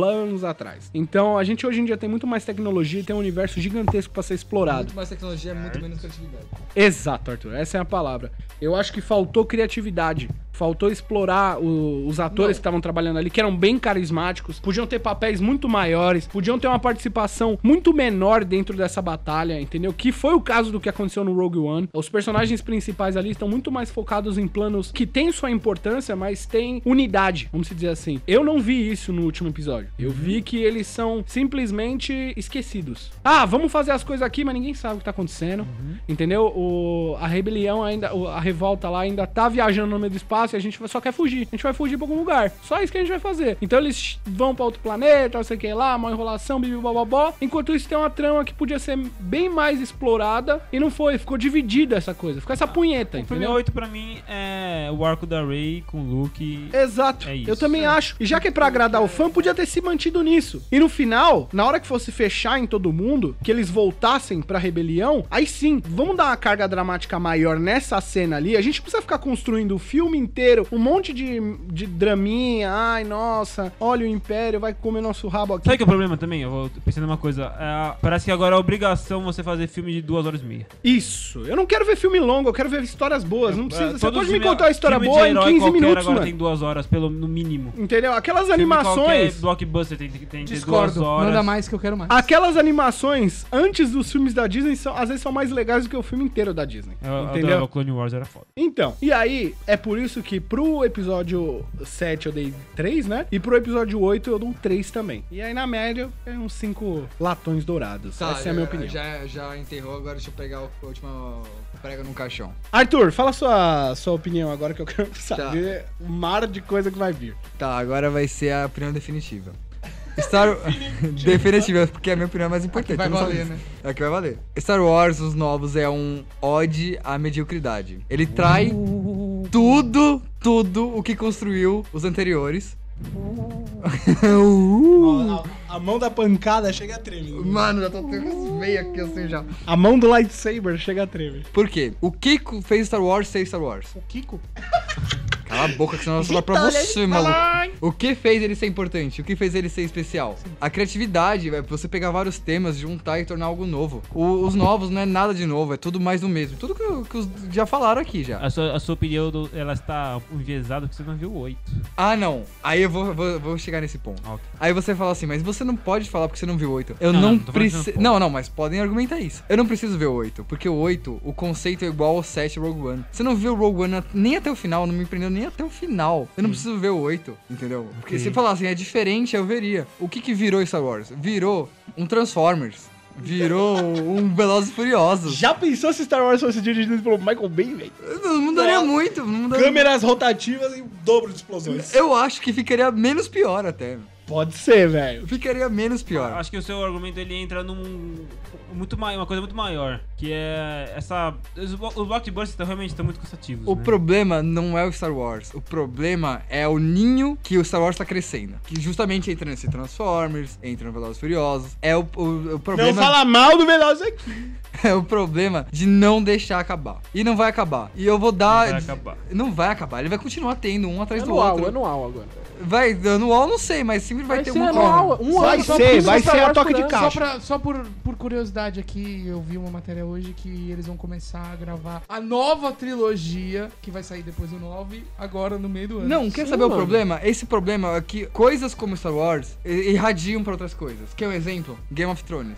anos atrás. Então, a gente hoje em dia tem muito mais tecnologia e tem um universo gigantesco pra ser explorado. Muito mais tecnologia, muito menos criatividade. Exato, Arthur. Essa é a palavra. Eu acho que faltou criatividade. Faltou explorar o- os atores que estavam trabalhando ali, que eram bem carismáticos, podiam ter papéis muito maiores, podiam ter uma participação muito menor dentro dessa batalha, entendeu? Que foi o caso do que aconteceu no Rogue One. Os personagens principais ali estão muito mais focados em planos que têm sua importância, mas têm unidade, vamos dizer assim. Eu não vi isso no último episódio. Eu vi que eles são simplesmente esquecidos. Ah, vamos fazer as coisas aqui, mas ninguém sabe o que tá acontecendo. Entendeu? O, a rebelião ainda, o- a revolta lá ainda tá viajando no meio do espaço e a gente só quer fugir. A gente vai fugir pra algum lugar. Só isso que a gente vai fazer. Então eles vão pra outro planeta, não sei o que lá, uma enrolação, bibibobobó. Enquanto isso tem uma trama que podia ser bem mais explorada e não foi. Ficou dividida essa coisa. Ficou essa punheta, O filme entendeu? 8 pra mim é o arco da Rey com o Luke. Exato. É isso. eu também acho. E já que é pra agradar o fã, podia ter se mantido nisso. E no final, na hora que fosse fechar em todo mundo, que eles voltassem pra rebelião, aí sim, vamos dar uma carga dramática maior nessa cena ali. A gente precisa ficar construindo o filme inteiro, um monte de, de draminha. Ai, nossa, olha o Império, vai comer nosso rabo aqui. Sabe que é o problema também? Eu vou pensando numa coisa. É, parece que agora é obrigação você fazer filme de 2 horas e meia. Isso. Eu não quero ver filme longo, eu quero ver histórias boas. Não precisa. É, Você todo pode me filme- contar uma história filme de boa em herói 15 qualquer minutos, agora mano. tem 2 horas, pelo, no mínimo. Entendeu? Aquelas Filme animações. qualquer blockbuster tem, tem, tem que ter duas Discordo. horas. Ah, Manda mais que eu quero mais. Aquelas animações antes dos filmes da Disney são, às vezes são mais legais do que o filme inteiro da Disney. Eu, eu adorava entendeu? Clone Wars, era foda. Então, e aí, é por isso que pro episódio 7 eu dei 3, né? E pro episódio 8 eu dou 3 também. E aí, na média, é uns 5 latões dourados. Tá, Essa é a minha já- opinião. Já, já enterrou, agora deixa eu pegar o- a última prega no caixão. Arthur, fala sua, sua opinião agora que eu quero saber o mar de coisa que vai vir. Tá, agora vai ser a opinião definitiva. Star Definitiva, porque a minha opinião é mais importante. vai eu não valer, sabia. né? É a que vai valer. Star Wars, os novos, é um ode à mediocridade. Ele trai Uh. tudo, tudo o que construiu os anteriores. A, mão da pancada chega a tremer. Mano, já tô com meio aqui assim já. A mão do lightsaber chega a tremer. Por quê? O Kiko fez Star Wars ser Star Wars. O Kiko? Cala a boca que senão eu vou falar pra você, maluco. O que fez ele ser importante? O que fez ele ser especial? A criatividade, é você pegar vários temas, juntar e tornar algo novo. O- os novos não é nada de novo, é tudo mais do mesmo. Tudo que, o- que os já falaram aqui já. A sua, a sua opinião, do- ela está enviesada porque você não viu o 8. Ah, não. Aí eu vou, vou, vou chegar nesse ponto. Ah, ok. Aí você fala assim, mas você não pode falar porque você não viu o 8. Eu Não, não, não, tô falando que preciso. você não Não, não, mas podem argumentar isso. Eu não preciso ver o 8, porque o 8, o conceito é igual ao 7 Rogue One. Você não viu o Rogue One nem até o final, não me prendeu nem até o final. Hum. Eu não preciso ver o 8, entendeu? Porque se falar assim, é diferente, eu veria. O que que virou Star Wars? Virou um Transformers. Virou um Velozes e Furiosos. Já pensou se Star Wars fosse dirigido pelo Michael Bay, velho? Não mudaria muito. Não mudaria... Câmeras rotativas e o dobro de explosões. Eu acho que ficaria menos pior até. Pode ser, velho. Ficaria menos pior. Acho que o seu argumento ele entra num muito mai- uma coisa muito maior, que é essa os, blo- os blockbusters tão- realmente estão muito cansativos. O né? problema não é o Star Wars. O problema é o ninho que o Star Wars tá crescendo. Que justamente entra nesse Transformers, entra no Velozes e Furiosos. É o, o- o Não problema... fala mal do Velozes aqui. É o problema de não deixar acabar. E não vai acabar. E eu vou dar. Vai acabar. Não vai acabar. Ele vai continuar tendo um atrás do anual, outro. anual é agora. Vai, anual não sei, mas sempre vai, Vai ter ser uma anual, um Vai ano só ser, por isso vai que Star ser a Wars toque por de ano. caixa. Só, pra- só por, por curiosidade aqui, eu vi uma matéria hoje que eles vão começar a gravar a nova trilogia, que vai sair depois do 9, agora no meio do ano. Não, quer Sim, saber o mano. problema? Esse problema é que coisas como Star Wars i- irradiam pra outras coisas. Quer um exemplo? Game of Thrones.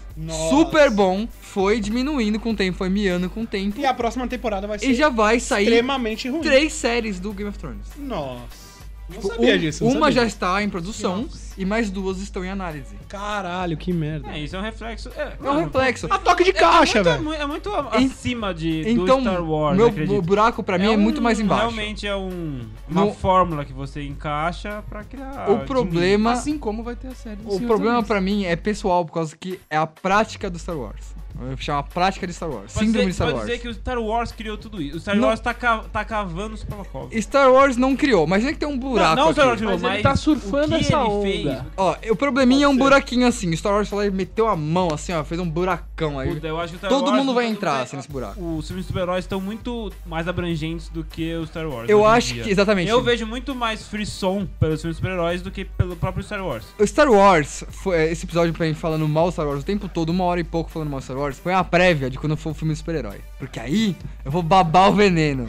Super bom, foi diminuindo com o tempo, foi miando com o tempo. E a próxima temporada vai ser E já vai sair extremamente ruim. três séries do Game of Thrones. Nossa. Não Tipo, sabia um- disso. não uma sabia. já está em produção e mais duas estão em análise. Caralho, que merda. É, isso é um reflexo. É, É um mano, reflexo. A toque de caixa, muito- é velho. mu- É muito, a- En- acima de, Então, do Star Wars, meu acredito. bu- buraco pra mim é, um- muito mais embaixo. Realmente é um, uma No- fórmula que você encaixa pra criar. o problema, Assim como vai ter a série do Senhor o dos problema Anéis. para mim é pessoal por causa que é a prática do Star Wars. Eu chamo a prática de Star Wars, Pode é síndrome dizer- de Star pode Wars. dizer que o Star Wars criou tudo isso. O Star Não. Wars tá, ca- tá cavando os Sokolov. Star Wars não criou, mas é que tem um buraco. não o Star aqui. Wars criou, Mas mas, ele tá o surfando que ele essa onda. fez- Ó, o probleminha é um buraquinho assim. O Star Wars falou e meteu a mão assim, ó, fez um buracão aí. Puta, eu acho que o Star Todo Wars- mundo vai todo entrar assim nesse buraco. Os filmes de super-heróis estão muito mais abrangentes do que o Star Wars. Eu hoje em acho dia. que exatamente. Eu vejo muito mais frisson pelos filmes de super-heróis do que pelo próprio Star Wars. O Star Wars, foi, é, esse episódio pra mim falando mal do Star Wars o tempo todo, uma hora e pouco falando mal do Star Wars, foi uma prévia de quando for o filme do super-herói. Porque aí eu vou babar o veneno.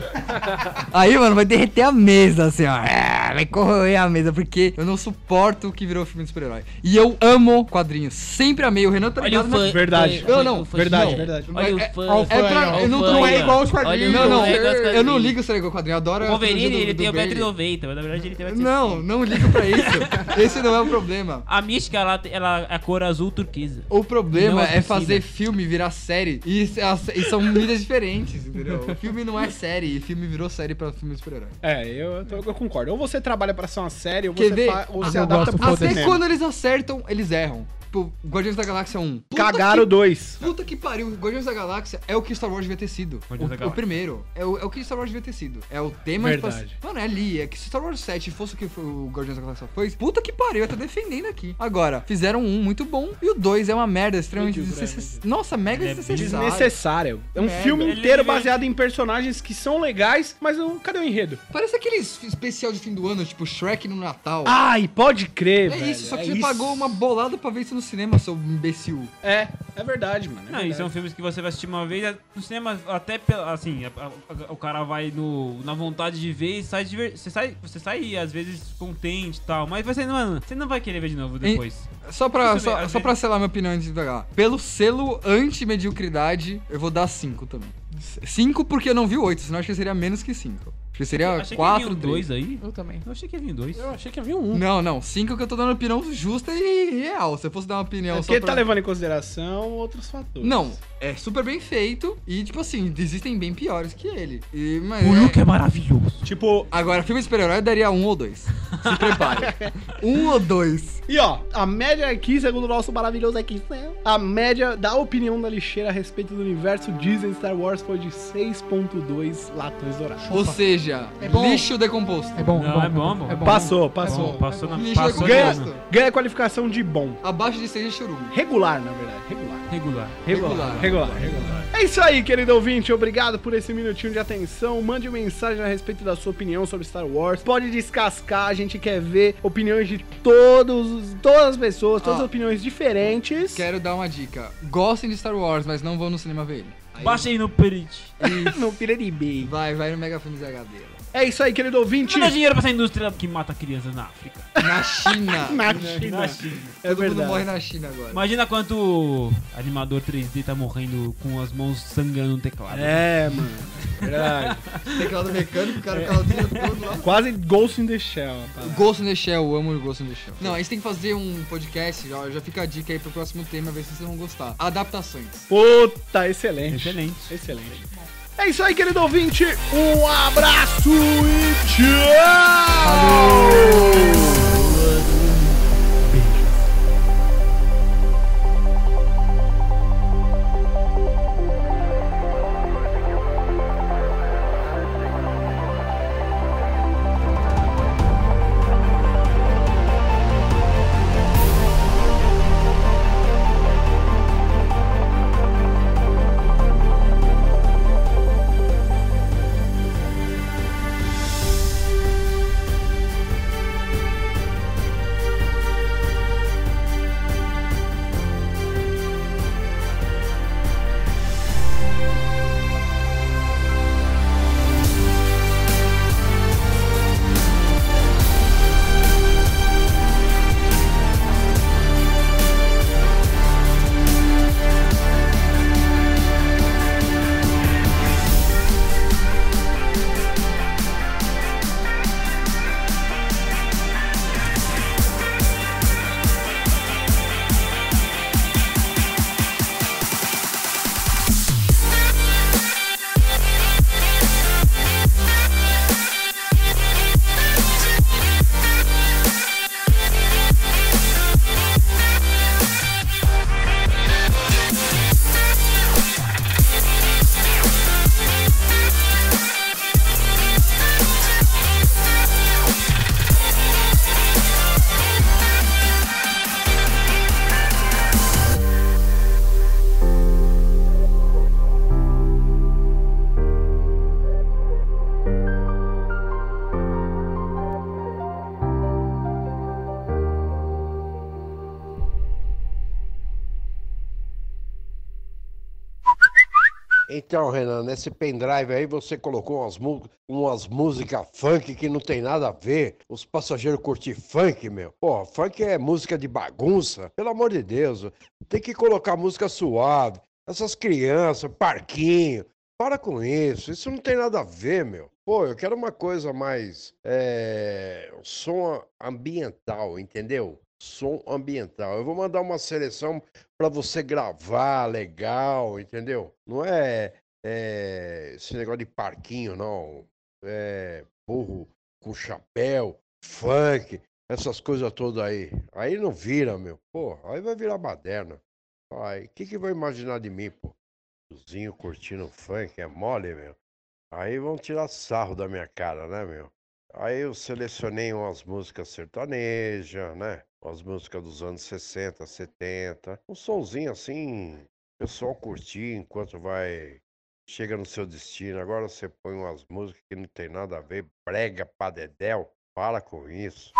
aí, mano, vai derreter a mesa, assim, ó. É, Vai corroer a mesa, porque eu não suporto o que virou o filme do super-herói. E eu amo quadrinhos. Sempre amei. O Renan tá ligado, mas- Verdade. Não, não, Verdade, verdade. Olha É- o fã. olha o fã, É pra, Olha eu o não, fã não aí, é ó. igual os quadrinhos. Olha o Não, não. fã aí das Eu não quadrinhos. ligo se liga o quadrinho. Eu adoro O a Wolverine, trilogia do- ele do tem um o Bane. 1,90, mas na verdade ele tem o Não, não ligo pra isso. Esse não é o problema. A mística, ela, ela é a cor azul turquesa. O problema Não é é, possível. fazer filme virar série e, s- as- e são mídias diferentes, entendeu? O filme não é série e filme virou série pra filme de super-herói. É, eu, eu tô- eu concordo. Ou você trabalha pra ser uma série, ou Quer você, ver? fa- ou Ah, você eu adapta gosto, pro foda-se. Até cinema. quando eles acertam, eles erram. Tipo, Guardiões da Galáxia 1. Puta Cagaram que- dois. Puta que pariu, Guardiões da Galáxia é o que Star Wars devia ter sido. Guardiões da O, o Galáxia. primeiro. É o, é o que Star Wars devia ter sido. É o tema tipo Verdade. assim, Mano, é ali. É que se Star Wars 7 fosse o que foi o Guardiões da Galáxia foi. Puta que pariu, eu tô defendendo aqui. Agora, fizeram um muito bom e o dois é uma merda extremamente Medíocre, desnecessária. Nossa, mega Ele é desnecessária. Desnecessário. É um Merda. filme Ele inteiro devia- baseado em personagens que são legais, mas não, cadê o enredo? Parece aqueles especial de fim do ano, tipo Shrek no Natal. Ah, Ai, pode crer, é velho. isso, só que é você pagou uma bolada pra ver isso no cinema, seu imbecil. É, é verdade, mano. é Não, um e verdade. são filmes que você vai assistir uma vez é no cinema, até pela- assim, a- a- a- o cara vai no, na vontade de ver e sai, diver- você sai Você sai, às vezes, contente e tal, mas você, mano, você não vai querer ver de novo depois. Só pra, Tudo bem, só, às só vezes- pra selar minha opinião antes de pegar. Pelo selo anti-mediocridade, eu vou dar 5 também. 5 porque eu não vi 8, senão eu acho que seria menos que 5. Acho que seria achei que 4, vinha um 2. dois né? aí. Eu também. Eu achei que ia vir dois. Eu achei que havia um. Não, não. 5 que eu tô dando opinião justa e real. Se eu fosse dar uma opinião um É só porque pra... tá levando em consideração outros fatores. Não, é super bem feito e, tipo assim, existem bem piores que ele. E, mas O é- Luke é maravilhoso. Tipo, Agora, filme de super-herói eu daria um ou dois. Se prepare. um ou dois. E ó, a média aqui, segundo o nosso maravilhoso aqui, né? a média da opinião da lixeira a respeito do universo Disney Star Wars foi de 6.2 latões dourados. Ou seja, É bom. lixo decomposto. É bom, Não, é bom, bom. Passou, Tá Bom, passou. passou na Lixo passou é ganha, de ano. ganha a qualificação de bom. Abaixo de seis é churume. Regular, na verdade. Regular. Regular. Regular, Regular. regular, regular. É isso aí, querido ouvinte. Obrigado por esse minutinho de atenção. Mande mensagem a respeito da sua opinião sobre Star Wars. Pode descascar, a gente quer ver opiniões de todos, todas as pessoas, todas Ó. as opiniões diferentes. Quero dar uma dica. Gostem de Star Wars, mas não vão no cinema ver ele. Baixei no Perit. Não pira de bem. Vai, vai no Mega Filmes HD. É isso aí, querido ouvinte. Não dá dinheiro pra essa indústria que mata crianças na África. Na China. Na China. Na China. É Todo mundo verdade. morre na China agora. Imagina quanto animador 3D tá morrendo com as mãos sangrando no teclado. É, mano. Verdade. Teclado mecânico, É. cara, o caldeiro todo lá. Quase Ghost in the Shell. tá? Ghost in the Shell, eu amo o Ghost in the Shell. Não, a gente tem que fazer um podcast, já, já fica a dica aí pro próximo tema, ver se vocês vão gostar. Adaptações. Puta, excelente. Excelente. Excelente. É isso aí, querido ouvinte. Um abraço e tchau! Então, Renan, nesse pendrive aí você colocou umas, mu- umas músicas funk que não tem nada a ver. Os passageiros curtem funk, meu. Pô, funk é música de bagunça. Pelo amor de Deus, tem que colocar música suave. Essas crianças, parquinho. Para com isso, isso não tem nada a ver, meu. Pô, eu quero uma coisa mais. É, som ambiental, entendeu? Som ambiental. Eu vou mandar uma seleção para você gravar legal, entendeu? Não é, é, esse negócio de parquinho, não. É burro com chapéu, funk, essas coisas todas aí. Aí não vira, meu. Pô, aí vai virar baderna. Ai, que que vai imaginar de mim, pô? Cozinho curtindo funk, é mole, meu. Aí vão tirar sarro da minha cara, né, meu? Aí eu selecionei umas músicas sertanejas, né? Umas músicas dos anos 60, 70. Um sonzinho assim, o pessoal curtir enquanto vai. Chega no seu destino. Agora você põe umas músicas que não tem nada a ver, brega pra dedéu. Para com isso.